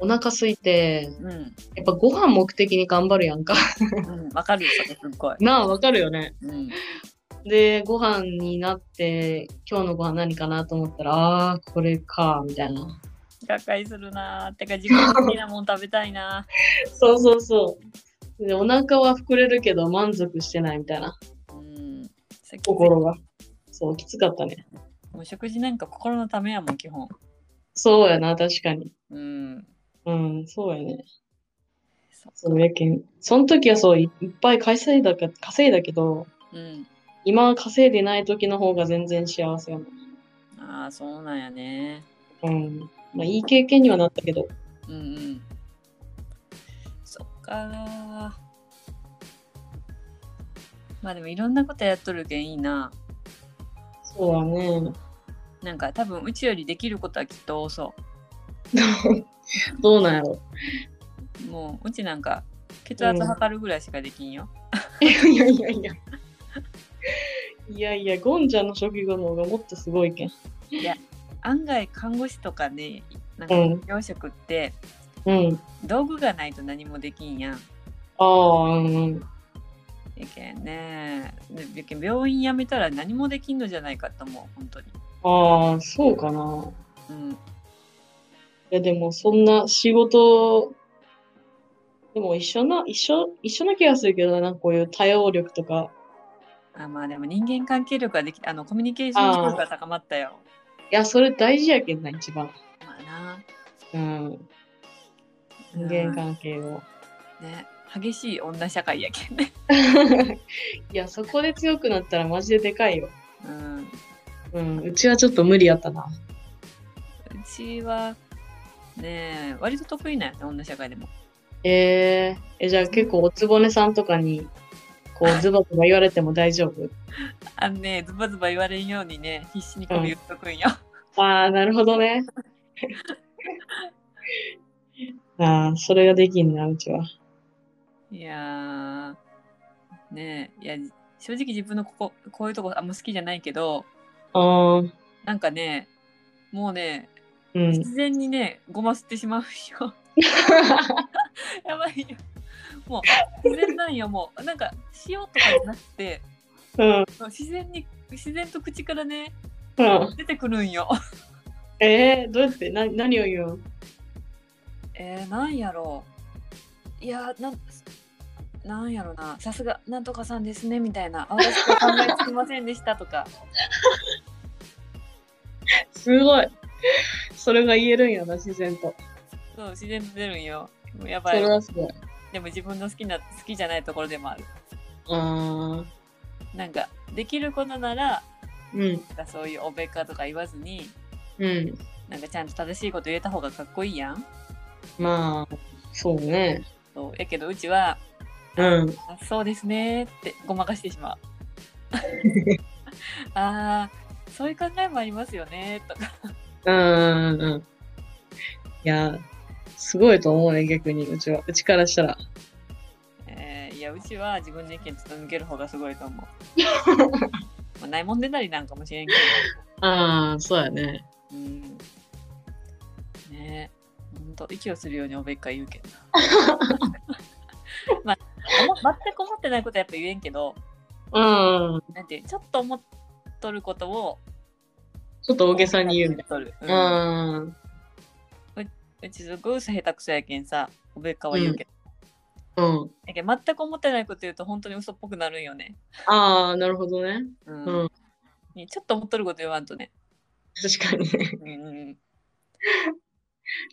S2: お腹空いて、
S1: うん。
S2: やっぱご飯目的に頑張るやんか。 [LAUGHS]
S1: うん。わかるよ、それすっごい。
S2: なあ、わかるよね。
S1: うん。
S2: で、ご飯になって、今日のご飯何かなと思ったら、ああー、これか、みたいな。
S1: がっかりするなー。てか、自分の好きなもん食べたいな
S2: そうそうそう。で、お腹は膨れるけど満足してないみたいな
S1: ー。うん。さっきも
S2: 心が。そう、きつかったね。
S1: う食事なんか心のためやもん、基本。
S2: そうやな、確かに。
S1: うん。
S2: うん、そうやね。
S1: そ
S2: そうやけん。その時はそう、いいっぱい稼いだか、稼いだけど、
S1: うん。
S2: 今は稼いでない時の方が全然幸せやな。
S1: ああ、そうなんやね。
S2: うん。まあ、いい経験にはなったけど。
S1: うんうん。そっかー。まあでもいろんなことやっとるけんいいな。
S2: そうだね。
S1: なんか多分うちよりできることはきっと多そ
S2: どうなんやろ。
S1: う。もううちなんか血圧測るぐらいしかできんよ。
S2: いやいやいや。いやいや、ゴンちゃんの職業の方がもっとすごいけん。
S1: 案外看護師とかね、なんか
S2: うん
S1: 養殖って
S2: うん。
S1: 道具がないと何もできんやん。
S2: ああ、うん。
S1: やけんね。でやけん病院辞めたら何もできんのじゃないかと思う、本当に。
S2: ああ、そうかな。
S1: うん。
S2: いや、でもそんな仕事、でも一緒な、一緒、一緒な気がするけどな、なんかこういう対応力とか、
S1: あまあでも人間関係力ができあのコミュニケーション力が高まったよ。
S2: いや、それ大事やけんな、一番。
S1: まあな。
S2: うん。人間関係
S1: う
S2: を。 [LAUGHS]
S1: んね。激しい女社会やけんね。
S2: いや、そこで強くなったらマジででかいよ。
S1: うん。う
S2: うん。うちはちょっと無理やったな。
S1: ちはね割と得意なんやね女社会でも。
S2: えー、え、じゃあ結構おつぼねさんとかに、こう、ズバズバ言われても大丈 [LAUGHS] 夫
S1: あのねズバズバ言われんようにね必死にこれ言っとくんよ。
S2: ああ、なるほど [LAUGHS] ね。ああ、それができんな、うちは。
S1: いやーねいや正直自分のこここういうとこあんま好きじゃないけど
S2: ああ、
S1: なんかねもうね
S2: [LAUGHS] うん。
S1: 自然にねごま吸ってしまうよ。 [LAUGHS] やばいよ。もう自然なんよもうなんか塩とかじゃなくて
S2: うん、
S1: もう自然に自然と口からね
S2: うん。
S1: 出てくるんよ。 [LAUGHS]
S2: えー、どうやって、な、何を言う
S1: えー、なんやろういやなんなんやろなさすがなんとかさんですねみたいなあ私は考えつきませんでしたとか
S2: すごい。それが言えるんやな、自然と。
S1: そう自然と出るんよ。もうや
S2: そ
S1: ばい
S2: れはすごい。
S1: でも自分の好きな好きじゃないところでもある。
S2: ああ、
S1: なんかできることなら
S2: うん、
S1: なんかそういうおべっかとか言わずに
S2: うん。
S1: なんかちゃんと正しいこと言えた方がかっこいいやん。
S2: まあ、そうね。
S1: そうやけどうちは
S2: うん。
S1: あそうですねーってごまかしてしまう。あーそういう考えもありますよねーとか。
S2: うん、うん。いや、すごいと思うね、逆に、うちは。うちからしたら。
S1: えーいやうちは自分の意見ちょっと抜ける方がすごいと思う。まあ、ないもんでなりなんかもしれんけ
S2: ああ、そうやね。
S1: ど。うん、ねえほんと息をするようにおべっか言うけ
S2: [LAUGHS]
S1: どな。まあ思全く思ってないことはやっぱ言えんけど
S2: うん。
S1: なんていうちょっと思っとることを
S2: ちょっと大げさに言うみたい
S1: 思っとるうん
S2: な。うん。
S1: うちすごい下手くそやけんさおべっかは言うけど、
S2: うん。
S1: やけん全く思ってないこと言うと本当に嘘っぽくなるんよね、
S2: ああ、なるほどね。
S1: う
S2: うん
S1: んねちょっと思っとること言わんとね、
S2: 確かにね。
S1: うんうんうん、
S2: [LAUGHS]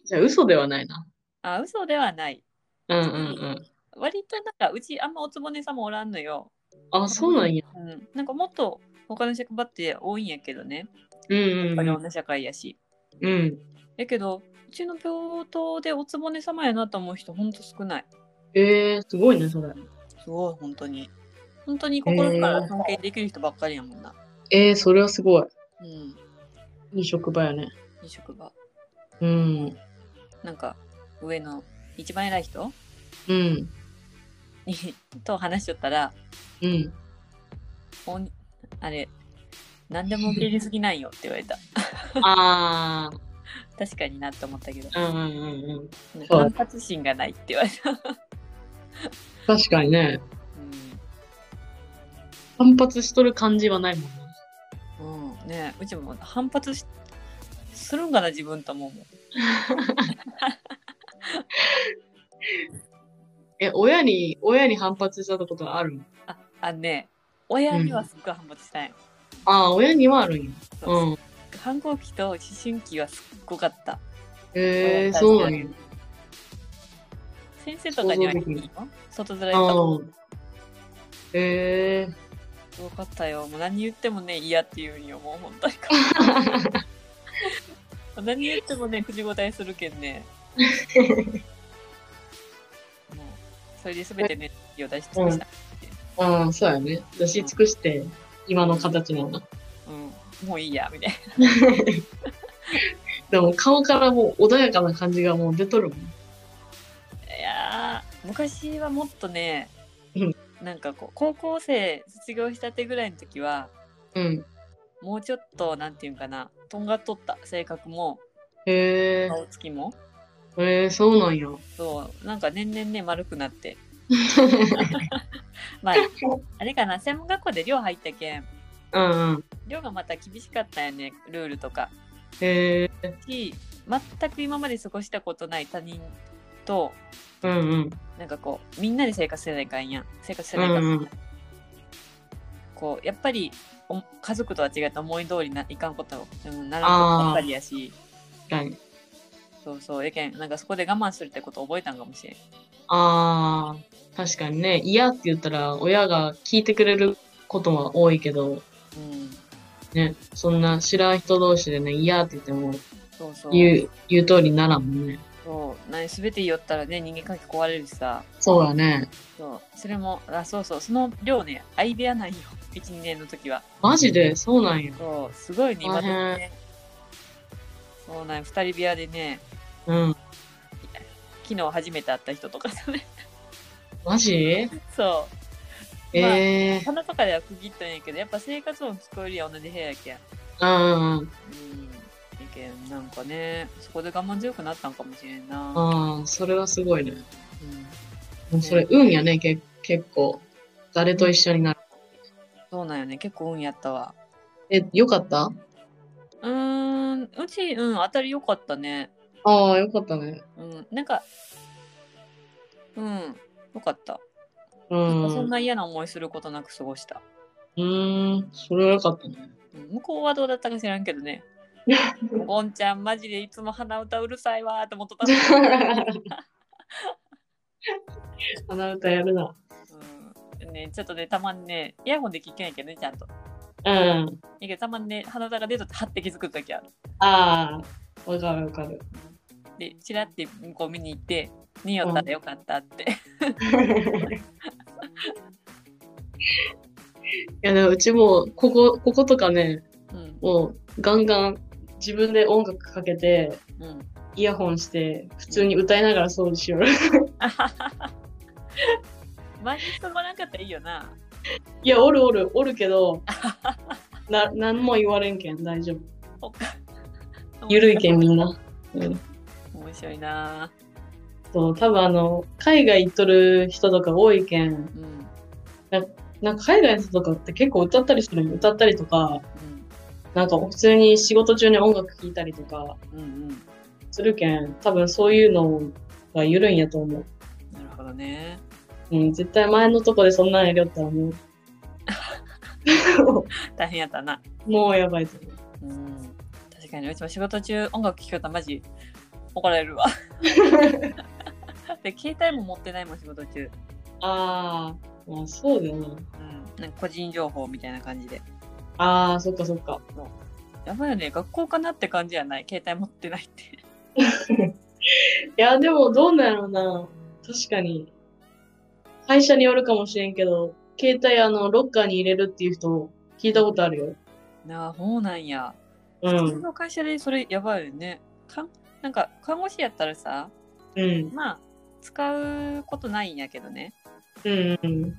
S2: じゃあ、嘘ではないな。
S1: あ嘘ではない
S2: うんうんうん。
S1: 割となんかうちあんまおつぼねさんもおらんのよ、
S2: あ、そうなんや。
S1: うん、なんかもっと他の職場って多いんやけどね
S2: うん
S1: やっ
S2: う
S1: ぱ
S2: ん
S1: り
S2: うん。
S1: 女社会やし、
S2: うん。
S1: やけどうちの病棟でおつぼね様やなと思う人ほんと少ない
S2: ええー、すごいね、それ。
S1: すごい本当に本当に心から尊敬できる人ばっかりやもんな、
S2: ええー、それはすごい。
S1: うん
S2: いい職場やね。
S1: いい職場
S2: うん。
S1: なんか上の一番偉い人
S2: うん。
S1: に [LAUGHS] と話しとったら
S2: うん。
S1: おんあれ何でも受け入れすぎないよって言われた
S2: [LAUGHS] あ
S1: 確かになって思ったけど
S2: あ。うんうんうんうん。
S1: 観察心がないって言われた、
S2: 確かにね。反発しとる感じはないもんね。
S1: うんうん、ねえうちも反発しするんかな自分と思うもん
S2: え、親に、親に反発したことがあるの
S1: ああのね親にはすっごい反発したんよ、
S2: ああ、親にはあるんや。
S1: そう
S2: うん。
S1: 反抗期と思春期はすっごかった
S2: ええー、そうなんや。
S1: 先生とかには言うよ外面やった
S2: ああ
S1: の。
S2: ええー。
S1: すごかったよもう何言ってもね嫌って言うんよもう本当に [LAUGHS] 何言ってもね口答えするけん [LAUGHS] ねもうそれで全てね気を出し尽くした、
S2: ああ、そうやね。出し尽くして、今の形なんだ。
S1: うんもういいやみたいな
S2: でも顔からもう穏やかな感じがもう出とるもん。
S1: いやー昔はもっとね
S2: うん
S1: なんかこう高校生卒業したてぐらいの時は
S2: うん。
S1: もうちょっとなんていうんかなとんがっとった性格も
S2: へえ、
S1: 顔つきも
S2: へえ、そうなんや。 [LAUGHS]
S1: そうなんか年々ね丸くなって
S2: [LAUGHS]
S1: まあ、あれかな、専門学校で寮入ったけん、
S2: うんうん。
S1: 寮がまた厳しかったよね、ルールとか。
S2: へえ、
S1: し、全く今まで過ごしたことない他人と、
S2: うんうん。
S1: なんかこう、みんなで生活せないかんやん。生活せないかんやん
S2: うんうん
S1: こうやっぱりお家族とは違って思い通りないかんことうんならんことばっかりやし
S2: 確かに。
S1: そうそうやけんなんかそこで我慢するってことを覚えたんかもしれん
S2: ああ、確かにね。嫌って言ったら、親が聞いてくれることは多いけど、
S1: うん
S2: ね、そんな知らん人同士でね、嫌って言っても、
S1: そうそう
S2: 言う、言う通りにならんもんね。
S1: そうな全て言おったらね人間関係壊れるしさ
S2: そうだね。
S1: そうそれもあそうそうその量ね相部屋ないよ12年の時は
S2: マジで、そうなんや。
S1: そうすごいね今
S2: 大
S1: 時
S2: 変
S1: ねそうなんよ二人部屋でね
S2: うん。
S1: 昨日初めて会った人とかさね [LAUGHS]
S2: マジ
S1: そう
S2: ええ
S1: 鼻とかでは区切ったんやけどやっぱ生活音聞こえるやん同じ部屋やけん
S2: ー。うん。
S1: うんやけんなんかねそこで我慢強くなったんかもしれんな
S2: ああ、それはすごいね。
S1: うん
S2: もうそれ、運やね、け結構。誰と一緒になる。
S1: そうなんよね結構運やったわ
S2: え、よかった
S1: うーんうちうん当たり良かったね
S2: ああ、よかったね。
S1: うんなんかうんよかった、
S2: う
S1: なんかそん
S2: ん。
S1: な嫌な思いすることなく過ごした、
S2: うーん、それはよかったね。
S1: うん向こうはどうだったか知らんけど [LAUGHS] ねゴンちゃんマジでいつも鼻歌うるさいわーって思っとったの
S2: [LAUGHS]
S1: [LAUGHS]
S2: 鼻歌やる
S1: う
S2: な。
S1: んね、ちょっとね、たまにね、イヤホンで聞けないけどね、ちゃんと。
S2: うん。
S1: いいけど、たまにね、鼻歌が出とって、はって気づくときある。
S2: ああ、わかるわかる。
S1: で、ちらって向こう見に行って、によったらよかったって。
S2: いや、でもうちもう、ここ、こことかね、
S1: うん。
S2: もう、ガンガン自分で音楽かけて、
S1: うん。
S2: イヤホンして、普通に歌いながら掃除しよう。
S1: あははは毎日ともなかったらいいよな。
S2: [LAUGHS] いや、おるおる、おるけど、な、何も言われんけん、大丈夫。
S1: ほっか
S2: ゆるいけん、。みんな。うん。
S1: 面白いな。
S2: そう、多分あの、海外行っとる人とか多いけん、
S1: うん。うん。
S2: なんか海外の人とかって結構歌ったりするんよ歌ったりとか、なんか普通に仕事中に音楽聴いたりとか
S1: うんうん。
S2: するけん、多分そういうのが緩いんやと思う。
S1: なるほどね。
S2: うん、絶対前のとこでそんなんやりよったらもう、
S1: 大変やったな。
S2: もうやばいと思う。
S1: うん。確かに、うちも仕事中音楽聴きよったらマジ怒られる
S2: [LAUGHS]
S1: わ。で、携帯も持ってないもん、仕事中。
S2: あー、まあそうだよな。
S1: うん。なんか個人情報みたいな感じで。
S2: あー、そっかそっか。
S1: やばいよね、学校かなって感じじゃない。携帯持ってないって。 [LAUGHS]
S2: いや、でもどうなんやろうな。確かに。会社によるかもしれんけど、携帯あの、ロッカーに入れるっていう人、聞いたことあるよ。
S1: なあ、そうなんや。
S2: う
S1: 普通
S2: ん。
S1: の会社でそれやばいよね。かんなんか、看護師やったらさ、
S2: うん。
S1: まあ、使うことないんやけどね。
S2: うん。うん。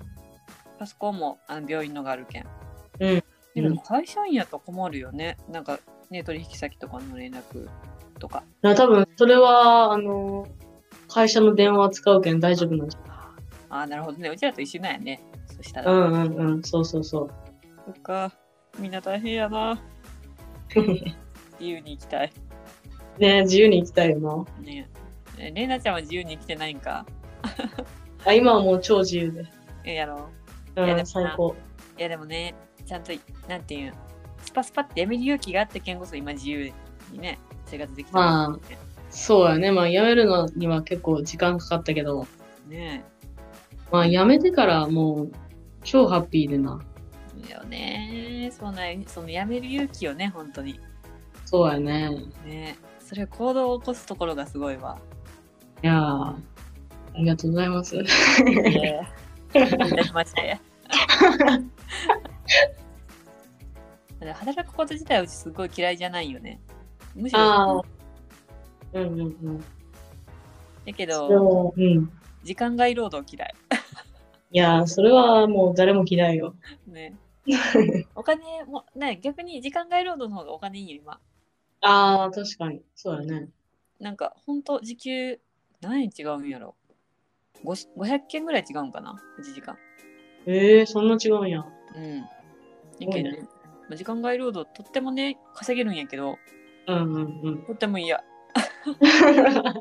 S1: パソコンもあの病院のがあるけん。
S2: うん
S1: でも会社員やと困るよね。なんか、ね、取引先とかの連絡とか。
S2: な多分、それは、あの、会社の電話使うけん大丈夫なんじ
S1: ああ、なるほどね。うちらと一緒なんやね。そした
S2: ゃ
S1: ら。
S2: ん。
S1: ん、
S2: うんうんうん。そうそうそう。
S1: そっか。みんな大変や
S2: [LAUGHS]
S1: な。自由に行きたい。
S2: ね自由に行きたいよな。
S1: ねえ、れいなちゃんは自由に生きてないんか
S2: あ今はもう超自由で。
S1: えやろ
S2: う、
S1: いやでもなん
S2: 最高。
S1: いやでもね、ちゃんと、なんていうん、スパスパってやめる勇気があってけんこそ今自由にね、生活できてる
S2: まそうやね。まあ、辞めるのには結構時間かかったけど、
S1: ね
S2: まあ、辞めてからもう、超ハッピーでな。
S1: え。いいよねそうなんそのやめる勇気をね、本当に。
S2: そうやね。
S1: ねえそれ行動を起こすところがすごいわ。
S2: いやーありがとうございます。
S1: ええいたしまして。で [LAUGHS] 働くこと自体はうちすごい嫌いじゃないよね。むし
S2: あ
S1: ろ
S2: あ、。うんうんうん。
S1: だけ
S2: そ
S1: ど
S2: れ、はうん。
S1: 時間外労働嫌い。
S2: いやーそれはもう誰も嫌いよ。 [LAUGHS]
S1: ね。お金も、ね、逆に時間外労働の方がお金いいよ、今。
S2: ああ、確かに。そうやね。
S1: なんか、ほんと、時給、何円違うんやろ。ごし500件ぐらい違うんかな、1時間。
S2: ええー、そんな違うんや。
S1: うん。
S2: ごいね
S1: やけどまあ時間外労働、とってもね、稼げるんやけど、
S2: うんうんうん。
S1: とっても嫌。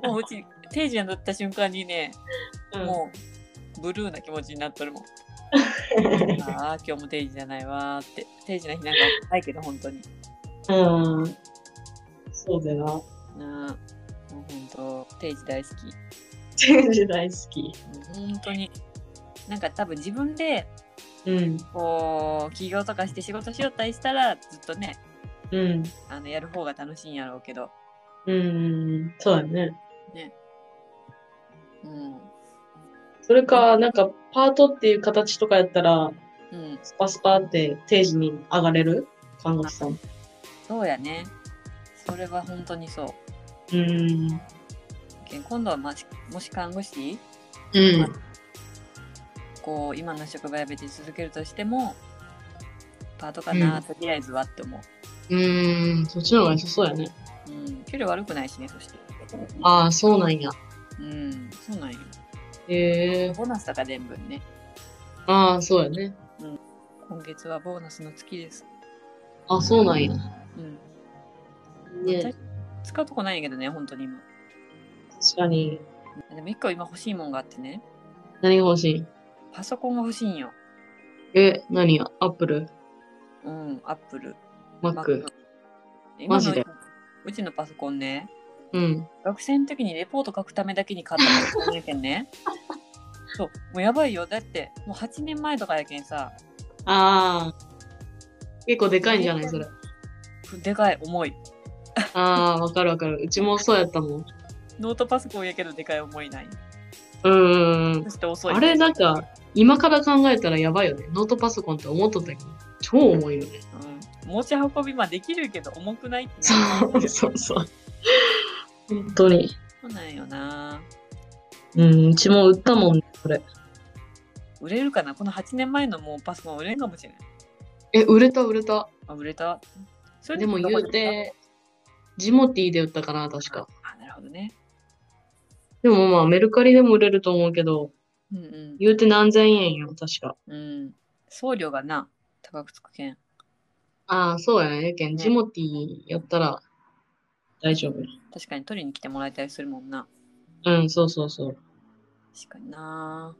S1: もううち、 [LAUGHS] 定時になった瞬間にね、
S2: うん
S1: もう、ブルーな気持ちになっとるもん。ああー今日も定時じゃないわーって定時の日なんかないけど本当に
S2: うん。そうだよな。
S1: なあもう本当定時大好き
S2: 天使大好き。
S1: もう本当になんか多分自分で
S2: うん。
S1: こう起業とかして仕事しよったりしたらずっとね
S2: うん。
S1: あのやる方が楽しいんやろうけど
S2: うん。そうだね。
S1: うん
S2: それか、なんか、パートっていう形とかやったら、
S1: うん
S2: スパスパって定時に上がれる看護師さん。
S1: そうやねそれは本当にそう
S2: うん。
S1: けん今度は、まあ、しもし看護師
S2: うん。
S1: こう今の職場辞めて続けるとしてもパートかな、
S2: うん
S1: とりあえずはって思う
S2: うん。そっちの方が良さそうやね。
S1: うん、距離悪くないしね、そして。
S2: ああ、そうなんや。
S1: うん、そうなんよ。
S2: へえ。
S1: ボーナスとか全部ね。
S2: ああ、そうやね。
S1: 今月はボーナスの月です。
S2: あ、そうなんや。
S1: うん。
S2: ね、
S1: 使うとこないんやけどね、本当に今。
S2: 確かに。
S1: でも一個今欲しいもんがあってね、
S2: 何が欲しい
S1: パソコンが欲しいんよ。
S2: え、何がアップル
S1: うん、アップル。
S2: マック
S1: Mac 今の
S2: マジで
S1: うちのパソコンね、
S2: うん。
S1: 学生の時にレポート書くためだけに買ったパソコンやけん
S2: [LAUGHS]
S1: ね。そう、もうやばいよ。だって、もう8年前とかやけんさ、
S2: ああ。結構でかいんじゃないそれ。
S1: でかい、重い。
S2: ああ、わかるわかる。うちもそうやったもん。
S1: ノートパソコンやけどでかい、重いない。
S2: うんうんうん
S1: そ。して遅い。
S2: あれなんか、今から考えたらやばいよね。ノートパソコンって思っとったけど、超重いよね。
S1: うん、持ち運びまあできるけど重くないって
S2: [LAUGHS] そう
S1: そ
S2: そううそう。本当に。
S1: なんよな
S2: うん、うちも売ったもん、これ。
S1: 売れるかなこの8年前のもうパソコン売れんかもしれない
S2: え、売れた売れた。
S1: あ売れたそれ
S2: でも言うて、ジモティーで売ったかな、確か。
S1: あなるほどね
S2: でもまあ、メルカリでも売れると思うけど、
S1: うん
S2: 言うて何千円よ、確か。
S1: うん、うん、送料がな高くつくけん
S2: ああ、そうやね。やけん、
S1: ね
S2: ジモティやったら大丈夫。
S1: 確かに取りに来てもらえたりするもんな
S2: うん、そうそうそう。
S1: 確かにな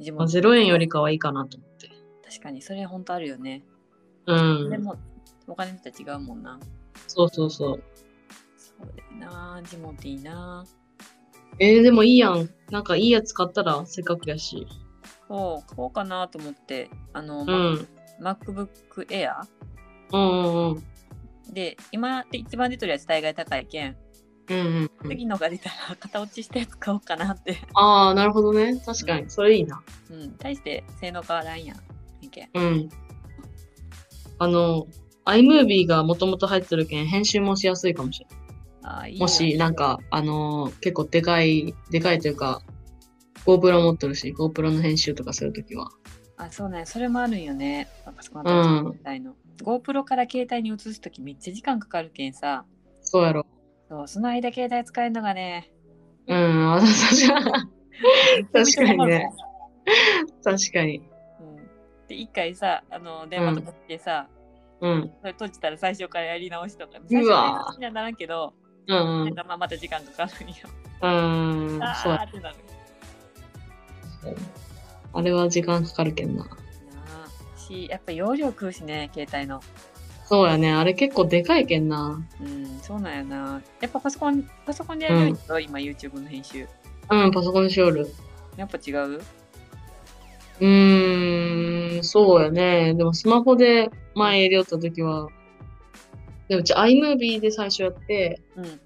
S1: 地
S2: まあ、0円よりかはいいかなと思って。
S1: 確かにそれ本当あるよね、
S2: う
S1: で
S2: ん、
S1: もお金とは違うもんな
S2: そうそうそう。
S1: そうだよなジモティーな
S2: えー、でもいいやん。なんかいいやつ買ったらせっかくやし。
S1: そう買おうかなと思ってあの、
S2: うん。
S1: MacBook Air
S2: うんうんうん。
S1: で今で一番出てるやつ大概高いけん
S2: うんうんうん、
S1: 次のが出たら型落ちしたやつ買おうかなって、
S2: ああ、なるほどね。確かに。それいいな。
S1: うん、大して性能変わらんやんいけん
S2: うん。あの、iMovie がもともと入ってるけん、編集もしやすいかもしれな
S1: あ
S2: い。
S1: ーいいね
S2: もし、なんか、あのー結構でかい、でかいというか、GoPro 持ってるし、GoPro の編集とかするときは。
S1: あそうねそれもあるんよねパソコン
S2: うん
S1: みたいの、GoPro から携帯に移す時めっちゃ時間かかるけんさ
S2: そうやろ。
S1: そうその間携帯使えるのがね
S2: うん、あ [LAUGHS] 確かに。確かにね、確かに。
S1: うん、で一回さあの電話とかしてさ、
S2: うん。
S1: それ閉じたら最初からやり直しとか最初
S2: う
S1: からやり
S2: わ
S1: 直しにはならんけど
S2: うん
S1: な
S2: う
S1: ん
S2: ん。
S1: かまあまた時間かかるんよ
S2: うん、そう
S1: あ
S2: や
S1: ーってなる
S2: あれは時間かかるけんな。
S1: なあしやっぱ容量食うしね携帯の
S2: そうやね。あれ結構でかいけんな。
S1: うんそうなんやなやっぱパソコンパソコンでやるよ、うに今 YouTube の編集
S2: うん、パソコンしおる。
S1: やっぱ違う
S2: うーん、そうやね。でもスマホで前やりよった時は、でうち iMovie で最初やって、
S1: うん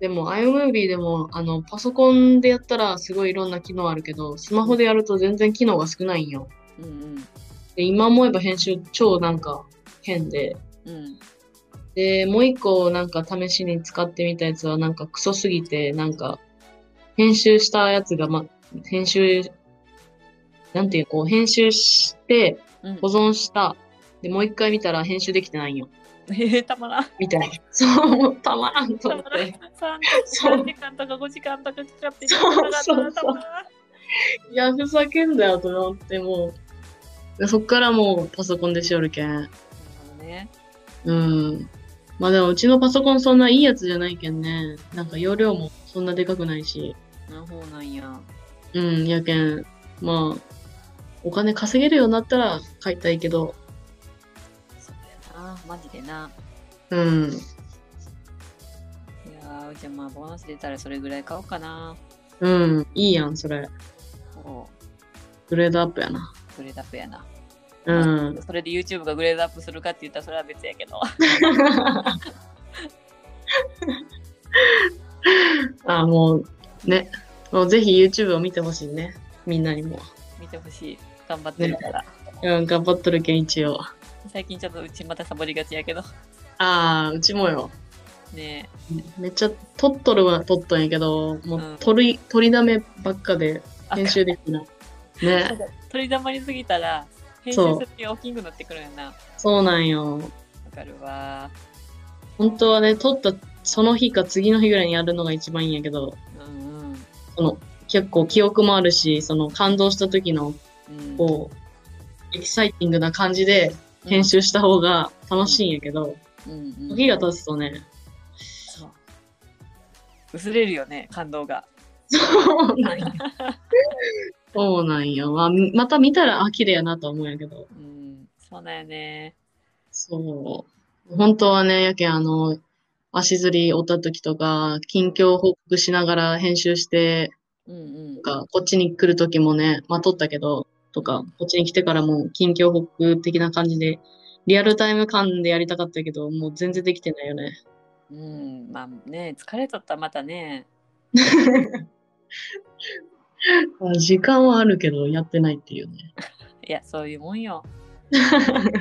S2: でも iMovie でも、あの、パソコンでやったらすごいいろんな機能あるけど、スマホでやると全然機能が少ないんよ。
S1: うん
S2: で今思えば編集超なんか変で、
S1: うんうん
S2: で、もう一個なんか試しに使ってみたやつはなんかクソすぎて、なんか編集したやつが、ま、編集、なんていう、こう編集して
S1: うん
S2: 保存した。で、もう一回見たら編集できてないんよ。
S1: えー、 [LAUGHS] たまらん
S2: みたいな。 [LAUGHS] そう、たまらん
S1: た
S2: と
S1: ま
S2: 思っ
S1: らん
S2: て。
S1: 三
S2: そう
S1: 三時間とか5時間とかかかって
S2: そう
S1: 時間とか
S2: そう
S1: た
S2: そう
S1: まらん
S2: いや、ふざけんだよと思って、もう。でそっからもうパソコンでしおるけん。
S1: なるほどね
S2: うん。まあでもうちのパソコンそんないいやつじゃないけんね。なんか容量もそんなでかくないし。
S1: なるほどなんや
S2: うん、やけん、まあ、お金稼げるようになったら買いたいけど、
S1: あーマジでな
S2: うん。
S1: いやーじゃあまあボーナス出たらそれぐらい買おうかな
S2: うん。いいやん、それ。
S1: お
S2: グレードアップやな。
S1: グレードアップやな、
S2: うん。
S1: それで YouTube がグレードアップするかって言ったらそれは別やけど [LAUGHS]
S2: あ、もう、ね。もうぜひ YouTube を見てほしいね。みんなにも。
S1: 見てほしい頑張ってるから、
S2: うん、頑張っとるけん、一応。
S1: 最近ちょっとうちまたサボりがちやけど
S2: ああ、うちもよ。
S1: ね
S2: めっちゃ撮っとるは撮っとんやけど、も
S1: うん
S2: う撮り、撮りだめばっかで
S1: え
S2: 編集できない。ね。
S1: 取り溜まりすぎたら編集
S2: そう
S1: する気大きくなってくるよなわ
S2: そうなんよ。
S1: かるわ
S2: 本当はね、撮ったその日か次の日ぐらいにやるのが一番いいんやけど、
S1: うんうん
S2: その結構記憶もあるし、その感動した時の
S1: うん
S2: こう、エキサイティングな感じで編集した方が楽しいんやけど、
S1: うんうん
S2: 時が経つとね、
S1: そう薄れるよね感動が
S2: そうなんや。そうなんや。まあ、また見たら、あ、綺麗やなと思うんやけど。
S1: うんそうだよね
S2: そう。本当はね、やけん、あの、足ずり折った時とか、近況報告しながら編集して、
S1: うんうん
S2: とか、こっちに来る時もね、まあ、撮ったけど、とか、こっちに来てからも近況報告的な感じで、リアルタイム感でやりたかったけど、もう全然できてないよね。
S1: うんまあね疲れとったらまたね
S2: まあ時間はあるけど、やってないっていうね。
S1: いやそういうもんよ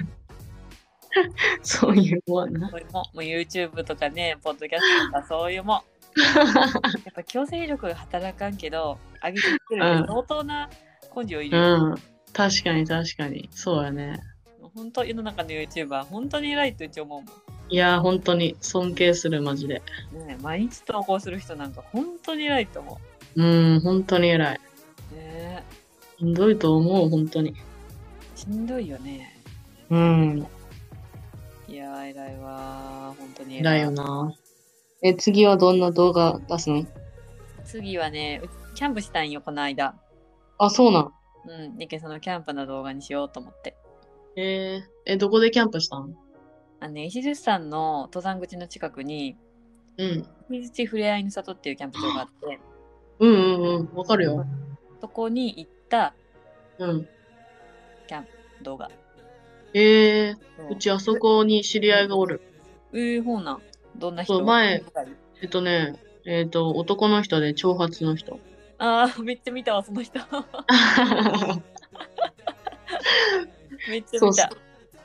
S2: [LAUGHS] そういうもんやな。
S1: そういうもんもう YouTube とかねポッドキャスト
S2: [LAUGHS]
S1: とかそういうもんやっぱ強制力が働かんけど上げてくるっ
S2: う
S1: て
S2: ん
S1: 相当な根性いるよ、
S2: うん。確かに確かに。そうやね。
S1: 本当世の中の YouTuber 本当に偉いってうち思うも
S2: いやー、本当に尊敬する、マジで。
S1: ん、ねえ、毎日投稿する人なんか本当に偉いと思
S2: うん、本当に偉い。
S1: うねえ
S2: しんどいと思う、本当に。
S1: しんどいよね
S2: うん。
S1: いやー偉いわー本当に
S2: 偉いよな。え、次はどんな動画出すの
S1: 次はねうキャンプしたいんよこの間
S2: あ、そうなん。
S1: うんでけそのキャンプの動画にしようと思って
S2: えー、え、どこでキャンプしたん
S1: あのね石寿さんの登山口の近くに
S2: うん。
S1: 水地ふれあいの里っていうキャンプ場があって
S2: うんうんうん。わかるよ。
S1: そこに行った
S2: うん。
S1: 動画
S2: えー、
S1: そう
S2: うちあそこに知り合いがおる。
S1: えー、ほうなんどんな人
S2: そう前えっとね、えっ、と、男の人で長髪の人。
S1: ああめっちゃ見たわその人 [LAUGHS] めっちゃ
S2: そう
S1: 見
S2: そ
S1: た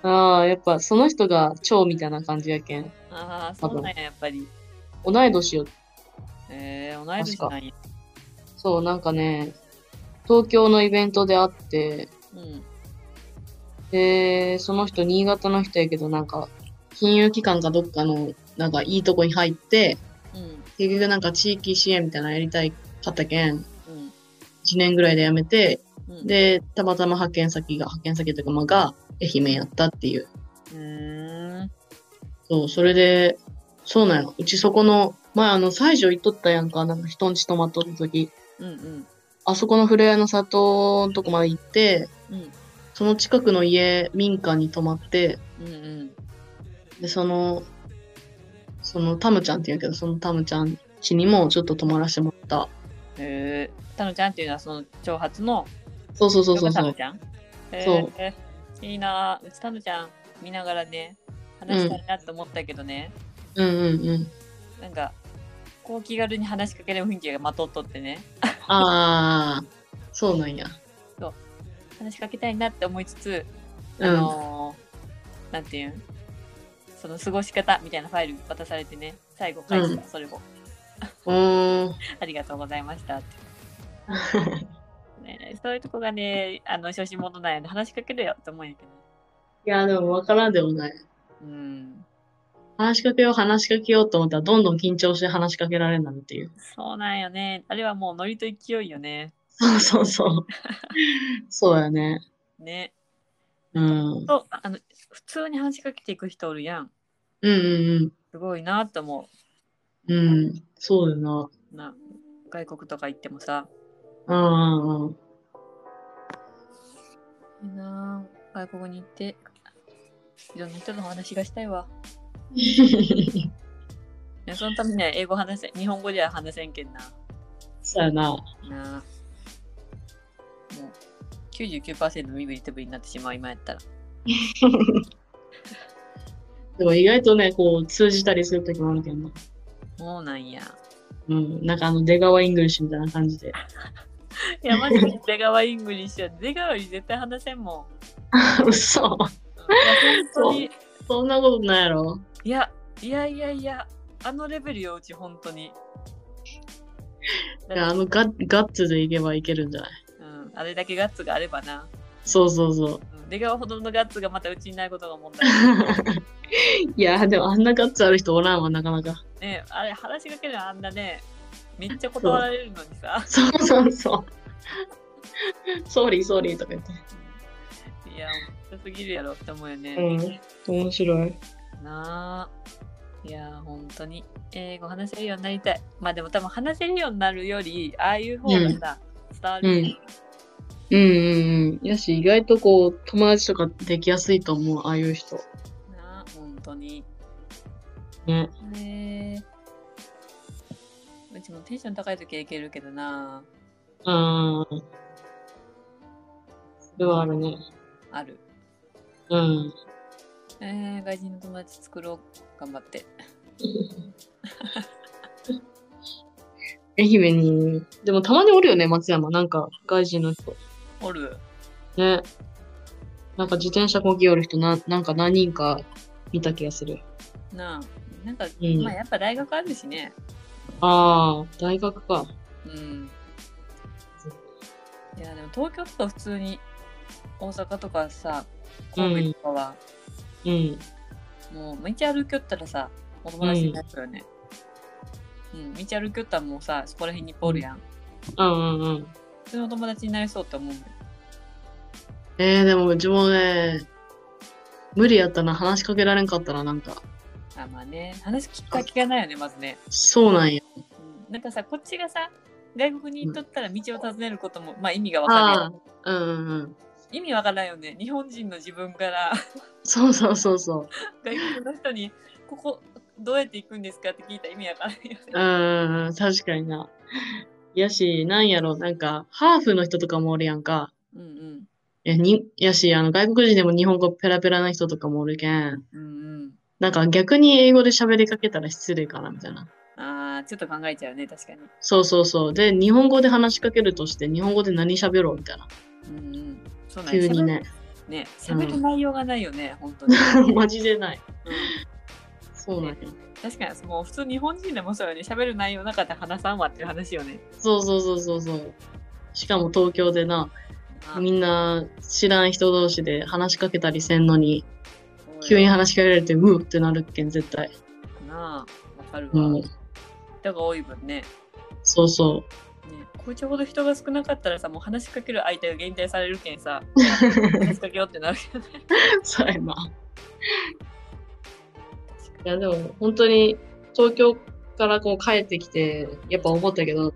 S2: う。ああ、やっぱその人が蝶みたいな感じやけん。
S1: ああそうなんややっぱり
S2: 同い年よ。
S1: えー、同い年なんや
S2: そう、なんかね、東京のイベントで会って、
S1: うん
S2: で、その人、新潟の人やけど、なんか、金融機関かどっかの、なんかいいとこに入って、
S1: うん
S2: 結局なんか地域支援みたいなのやりたいかったけん、1
S1: うん
S2: 年ぐらいで辞めて、
S1: うん
S2: で、たまたま派遣先が、派遣先というか、まあ、が、愛媛やったっていう。
S1: うーん
S2: そう、それで、そうなんよ。うちそこの、前あの、西条行っとったやんか、なんか人んち泊まっとった時、
S1: うんうん
S2: あそこのふれあいの里のとこまで行って、
S1: うん
S2: その近くの家、民家に泊まって、
S1: うんうん
S2: で、その、そのタムちゃんって言うけど、そのタムちゃん家にもちょっと泊まらせてもらった。
S1: えー、たのちゃんっていうのはその長髪の
S2: そうそうそうそう
S1: た
S2: そ
S1: の
S2: う。
S1: ちゃんえ
S2: そう
S1: ー、いいなーうちたのちゃん見ながらね話したいなと思ったけどね、
S2: うんうんうん。
S1: なんかこう気軽に話しかける雰囲気がまとっとってね
S2: ああ、そうなんや。
S1: 話しかけたいなって思いつつ
S2: うん
S1: あのーなんていうんその過ごし方みたいなファイル渡されてね最後返した、それも
S2: うー [LAUGHS] ん。
S1: ありがとうございましたって、ね、そういうとこがねあの初心者なんやで話しかけるよって思うんやけ
S2: いや、でもわからんでもない。
S1: どうん
S2: 話しかけよう、話しかけようと思ったら、どんどん緊張して話しかけられんなるっていう。
S1: そうなんよねあれはもうノリと勢いよね
S2: そうそうそう。そうやね。
S1: ね
S2: うん。うん
S1: とあの普通に話しかけていく人おるやん
S2: うん
S1: すごいなと思
S2: うん。うん。そうだな。
S1: うな外国とか行ってもさ
S2: うんうんうん。
S1: いいなあ外国に行っていろんな人のお話がしたいわいやそのためには英語話せ日本語では話せんけんな
S2: [LAUGHS] そうやな。
S1: なあもう99%身振り手振りになってしまう今やったら
S2: でも意外とね、こう通じたりするときもあるけどな。
S1: もうなんや
S2: うん。なんかあの出川イングリッシュみたいな感じで。 [LAUGHS]
S1: いやマジで出川イングリッシュは出川より絶対話せんも
S2: 嘘。
S1: ん、うんいや本当に
S2: そんなことないやろ。
S1: いやいやいやいやあのレベルようち本当に
S2: いやあのガッガッツでいけばいけるんじゃない
S1: うん、あれだけガッツがあればな、
S2: そうそうそ
S1: う
S2: う。 [LAUGHS]
S1: ん、出川ほどのガッツがまたうちにないことが問題
S2: いや、でもあんなガッツある人おらんわ、なかなか。
S1: ねあれ話しかけるのあんなねめっちゃ断られるのにさ
S2: そうそうそう。ソーリーソーリーとか言って。
S1: いや面白すぎるやろって思うよね、
S2: うん。面白い。
S1: なあいやー本当に英語話せるようになりたいまあでも多分話せるようになるよりああいう方がさ、伝わる、
S2: うんうんうんうん。やし、意外とこう、友達とかできやすいと思う、ああいう人。
S1: なあ本当に
S2: ね。
S1: ねえうちもテンション高い時はいけるけどな
S2: うん。それはあるね。
S1: ある
S2: うん。
S1: えー、外人の友達作ろう頑張って
S2: 愛媛に。でもたまにおるよね、松山。なんか、外人の人。
S1: おる
S2: ね。なんか自転車こぎおる人な、なんか何人か見た気がする。
S1: なあなんか、
S2: うん
S1: まあやっぱ大学あるしね
S2: ああ、大学か。
S1: うんいやでも東京とか普通に大阪とかさ神戸とかは、
S2: うん。
S1: もう道歩きよったらさお友達になったよねうん、道歩きよったらもうさそこら辺にいっぱいおるやん、
S2: うんうんうん。
S1: 普通の友達になりそうって思うもん
S2: えー、でもうちもね、無理やったな、話しかけられんかったらなんか。
S1: あまあね話聞くかけがないよねまずね、
S2: そうなんや。
S1: うん、なんかさこっちがさ外国に行っとったら道を尋ねることも、まあ意味がわから
S2: あ
S1: な
S2: あ、うんうんうん。
S1: い意味わからんよね日本人の自分から
S2: [LAUGHS] そうそうそうそう。
S1: 外国の人にここどうやって行くんですかって聞いたら意味わからんよね
S2: うんうん、確かにな。やし、なんやろ、なんか、ハーフの人とかもおるやんか。
S1: うんうん
S2: いやにやし、あの、外国人でも日本語ペラペラな人とかもおるけん。
S1: うん
S2: なんか逆に英語で喋りかけたら失礼かな、みたいな。
S1: うんあーちょっと考えちゃうね確かに
S2: そうそうそう。で、日本語で話しかけるとして、日本語で何喋ろうみたいな。
S1: うんうんそうなんや
S2: 急に
S1: [LAUGHS]
S2: ね。
S1: ね
S2: うん
S1: 喋る内容がないよね、本当
S2: [LAUGHS]
S1: に、
S2: マジでない。そうなんや。
S1: 確かにもう普通日本人でもそうよね喋る内容なかったら話さんわっていう話よね
S2: そうそうそうそうそう。しかも東京でな、
S1: あ
S2: みんな知らん人同士で話しかけたりせんのに、
S1: そうよ
S2: 急に話しかけられて、うーってなるっけん、絶対。
S1: なあわかる
S2: う
S1: わ、
S2: ん。
S1: 人が多い分ねね
S2: そうそ
S1: こいつほど人が少なかったらさもう話しかける相手が限定されるけん
S2: [LAUGHS]
S1: さ話しかけようってなるけどね
S2: う。そうやな。いや、でも本当に東京からこう帰ってきて、やっぱ思ったけど、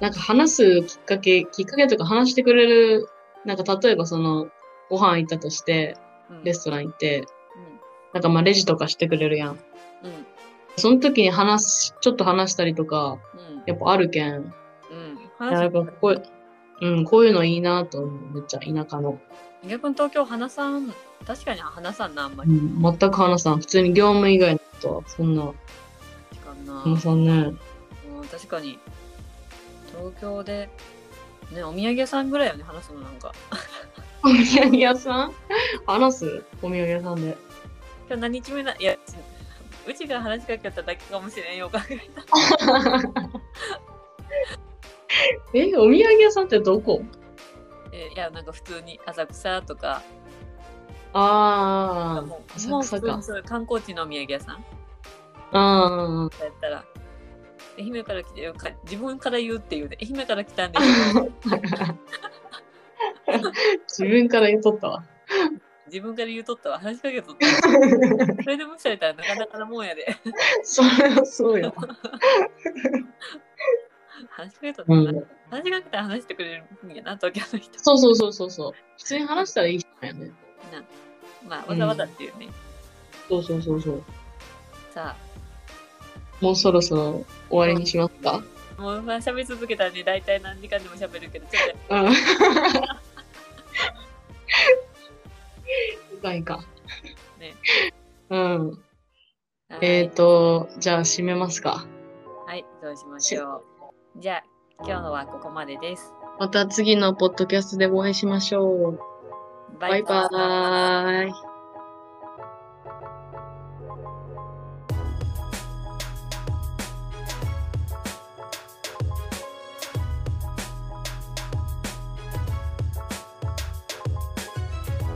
S2: なんか話すきっかけ、きっかけというか話してくれる、なんか例えばその、ご飯行ったとして、
S1: うん
S2: レストラン行って、
S1: うん
S2: なんかまあレジとかしてくれるやん。
S1: うん
S2: その時に話し、ちょっと話したりとか、
S1: うん
S2: やっぱあるけん。
S1: うん
S2: い
S1: 話
S2: やや
S1: す
S2: っぱここ、うん、こういうのいいなと思う。めっちゃ田舎の。
S1: 逆に東京話さん確かに話さんなあんま
S2: う
S1: り
S2: ん、全く話さん。普通に業務以外のことは、そんな、
S1: 時間な、
S2: 話さんね。
S1: うん、確かに東京でねお土産屋さんぐらいよね話すのなんか
S2: お土産屋さん話すお土産屋さんで。
S1: 今日何日目ないやうちが話しかけただけかもしれんよ考えたら
S2: え、お土産屋さんってどこ
S1: えいやなんか普通に浅草とか
S2: あ
S1: もう
S2: 浅
S1: もう
S2: 草
S1: 普
S2: か
S1: 通にそういう観光地のお土産屋さん
S2: あ、ああ、
S1: だったら愛媛から来てよか自分から言うっていうね愛媛から来たんですけ
S2: [LAUGHS]
S1: ど
S2: 自分から言っとった [LAUGHS] わ。
S1: 自分から言うとったわ話しかけとったわそれで無視されたらなかなかなもんやで
S2: それはそうよ。
S1: [LAUGHS] 話しかけた
S2: う
S1: ら、
S2: ん。
S1: 話しかけたら話してくれるんやな、東京の人。
S2: そうそうそうそうそう。普通に話したらいい人だよね。
S1: なまあ、わざわざっていうね。
S2: そうそうそうそう。
S1: さ
S2: もうそろそろ終わりにしますか。
S1: あ、もうまあ喋り続けたらね、大体何時間でも喋るけど、ちょっと
S2: うん。うざいか。
S1: ね。
S2: うん。
S1: はい
S2: えっ、ー、と、じゃあ締めますか。
S1: はい、そうしましょう。じゃあ、今日のはここまでです。
S2: また次のポッドキャストでお会いしましょう。
S1: バ
S2: バイバーイ。